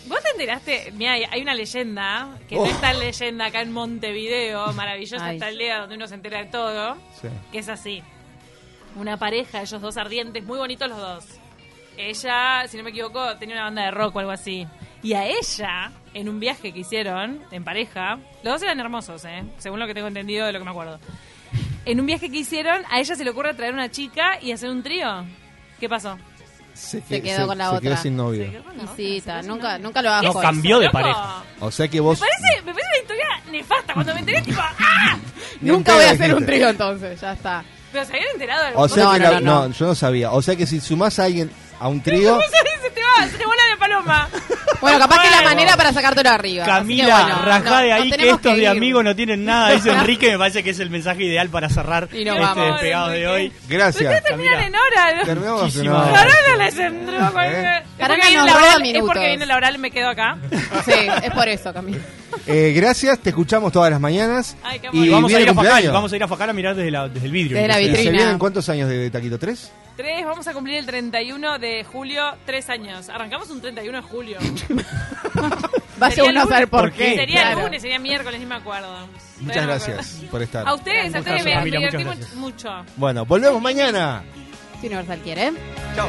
Speaker 17: ¿Vos te enteraste? Mira, hay una leyenda, que
Speaker 4: Oh.
Speaker 17: no es tan leyenda acá en Montevideo, maravillosa
Speaker 9: Ay.
Speaker 17: hasta el día donde uno se entera de todo, que es así. Una pareja, ellos dos ardientes, muy bonitos los dos. Ella, si no me equivoco, tenía una banda de rock o algo así. Y a ella, en un viaje que hicieron, en pareja, los dos eran hermosos, ¿eh? según lo que tengo entendido de lo que me acuerdo. En un viaje que hicieron, a ella se le ocurre traer una chica y hacer un trío. ¿Qué pasó? Ah,
Speaker 4: Se,
Speaker 9: Se
Speaker 4: que-
Speaker 9: quedó con la
Speaker 4: se
Speaker 9: otra.
Speaker 4: quedó sin novio.
Speaker 9: Y sí, está, nunca, nunca lo hagas.
Speaker 8: No,
Speaker 9: con
Speaker 8: cambió
Speaker 9: eso.
Speaker 8: de pareja.
Speaker 4: O sea que vos.
Speaker 17: Me parece, me parece una historia nefasta. Cuando me enteré, tipo, ¡ah!
Speaker 4: ni en
Speaker 9: Nunca voy a
Speaker 4: pedo
Speaker 9: hacer un
Speaker 4: dijiste.
Speaker 9: trío entonces, ya está.
Speaker 17: Pero se habían enterado de
Speaker 4: O sea
Speaker 9: No,
Speaker 4: que
Speaker 9: no,
Speaker 4: la-
Speaker 9: no, no.
Speaker 4: no, yo no sabía. O sea que si sumás a alguien a un trío.
Speaker 17: ¿Cómo sabes? Se te va, se te vuela de paloma.
Speaker 9: Bueno, capaz que la
Speaker 17: Bueno.
Speaker 9: manera para sacártelo arriba. así que
Speaker 8: Camila,
Speaker 9: bueno,
Speaker 8: rajá
Speaker 9: no,
Speaker 8: de
Speaker 9: nos
Speaker 8: ahí que
Speaker 9: tenemos
Speaker 8: estos
Speaker 9: que
Speaker 8: de
Speaker 9: ir.
Speaker 8: amigos no tienen nada,
Speaker 9: [laughs]
Speaker 8: dice Enrique, me parece que es el mensaje ideal para cerrar
Speaker 9: Y
Speaker 8: este
Speaker 9: nos vamos.
Speaker 8: despegado de hoy.
Speaker 4: Gracias.
Speaker 17: Terminan en hora.
Speaker 4: Terminamos
Speaker 17: [laughs]
Speaker 4: en
Speaker 8: Muchísimas
Speaker 4: hora.
Speaker 17: Carona les entró. con-
Speaker 4: ¿Eh?
Speaker 17: Es porque
Speaker 9: Carona
Speaker 17: viene
Speaker 9: nos
Speaker 17: la
Speaker 9: roba
Speaker 17: oral- Es
Speaker 9: minutos.
Speaker 17: porque viene la oral y me quedo acá.
Speaker 9: Sí, es por eso, Camila.
Speaker 4: Eh, gracias, te escuchamos todas las mañanas.
Speaker 17: Ay, qué
Speaker 8: Y
Speaker 4: y
Speaker 8: vamos a,
Speaker 4: viene
Speaker 8: ir a Facal,
Speaker 4: cumpleaños.
Speaker 8: vamos a ir a Facal a mirar desde, la- desde el vidrio.
Speaker 9: Desde la
Speaker 8: inclusive.
Speaker 4: ¿Se
Speaker 9: vitrina.
Speaker 4: vienen cuántos años de, de Taquito? ¿Tres?
Speaker 17: Tres, vamos a cumplir el 31 de julio, tres años. Arrancamos un 31 de julio.
Speaker 9: Va a ser
Speaker 17: Sería
Speaker 9: uno a
Speaker 17: lunes.
Speaker 9: saber por
Speaker 8: ¿Por qué?
Speaker 9: qué.
Speaker 17: Sería
Speaker 9: claro.
Speaker 17: lunes, sería miércoles, ni me acuerdo. Todavía
Speaker 4: Muchas
Speaker 17: no me
Speaker 4: gracias por estar.
Speaker 17: acuerdo. A ustedes, a ustedes, me,
Speaker 8: Camila,
Speaker 17: me
Speaker 8: muchas
Speaker 17: divertí
Speaker 8: gracias.
Speaker 17: mucho.
Speaker 4: Bueno, volvemos mañana.
Speaker 9: ¿eh? Si Universal quiere.
Speaker 8: Chao.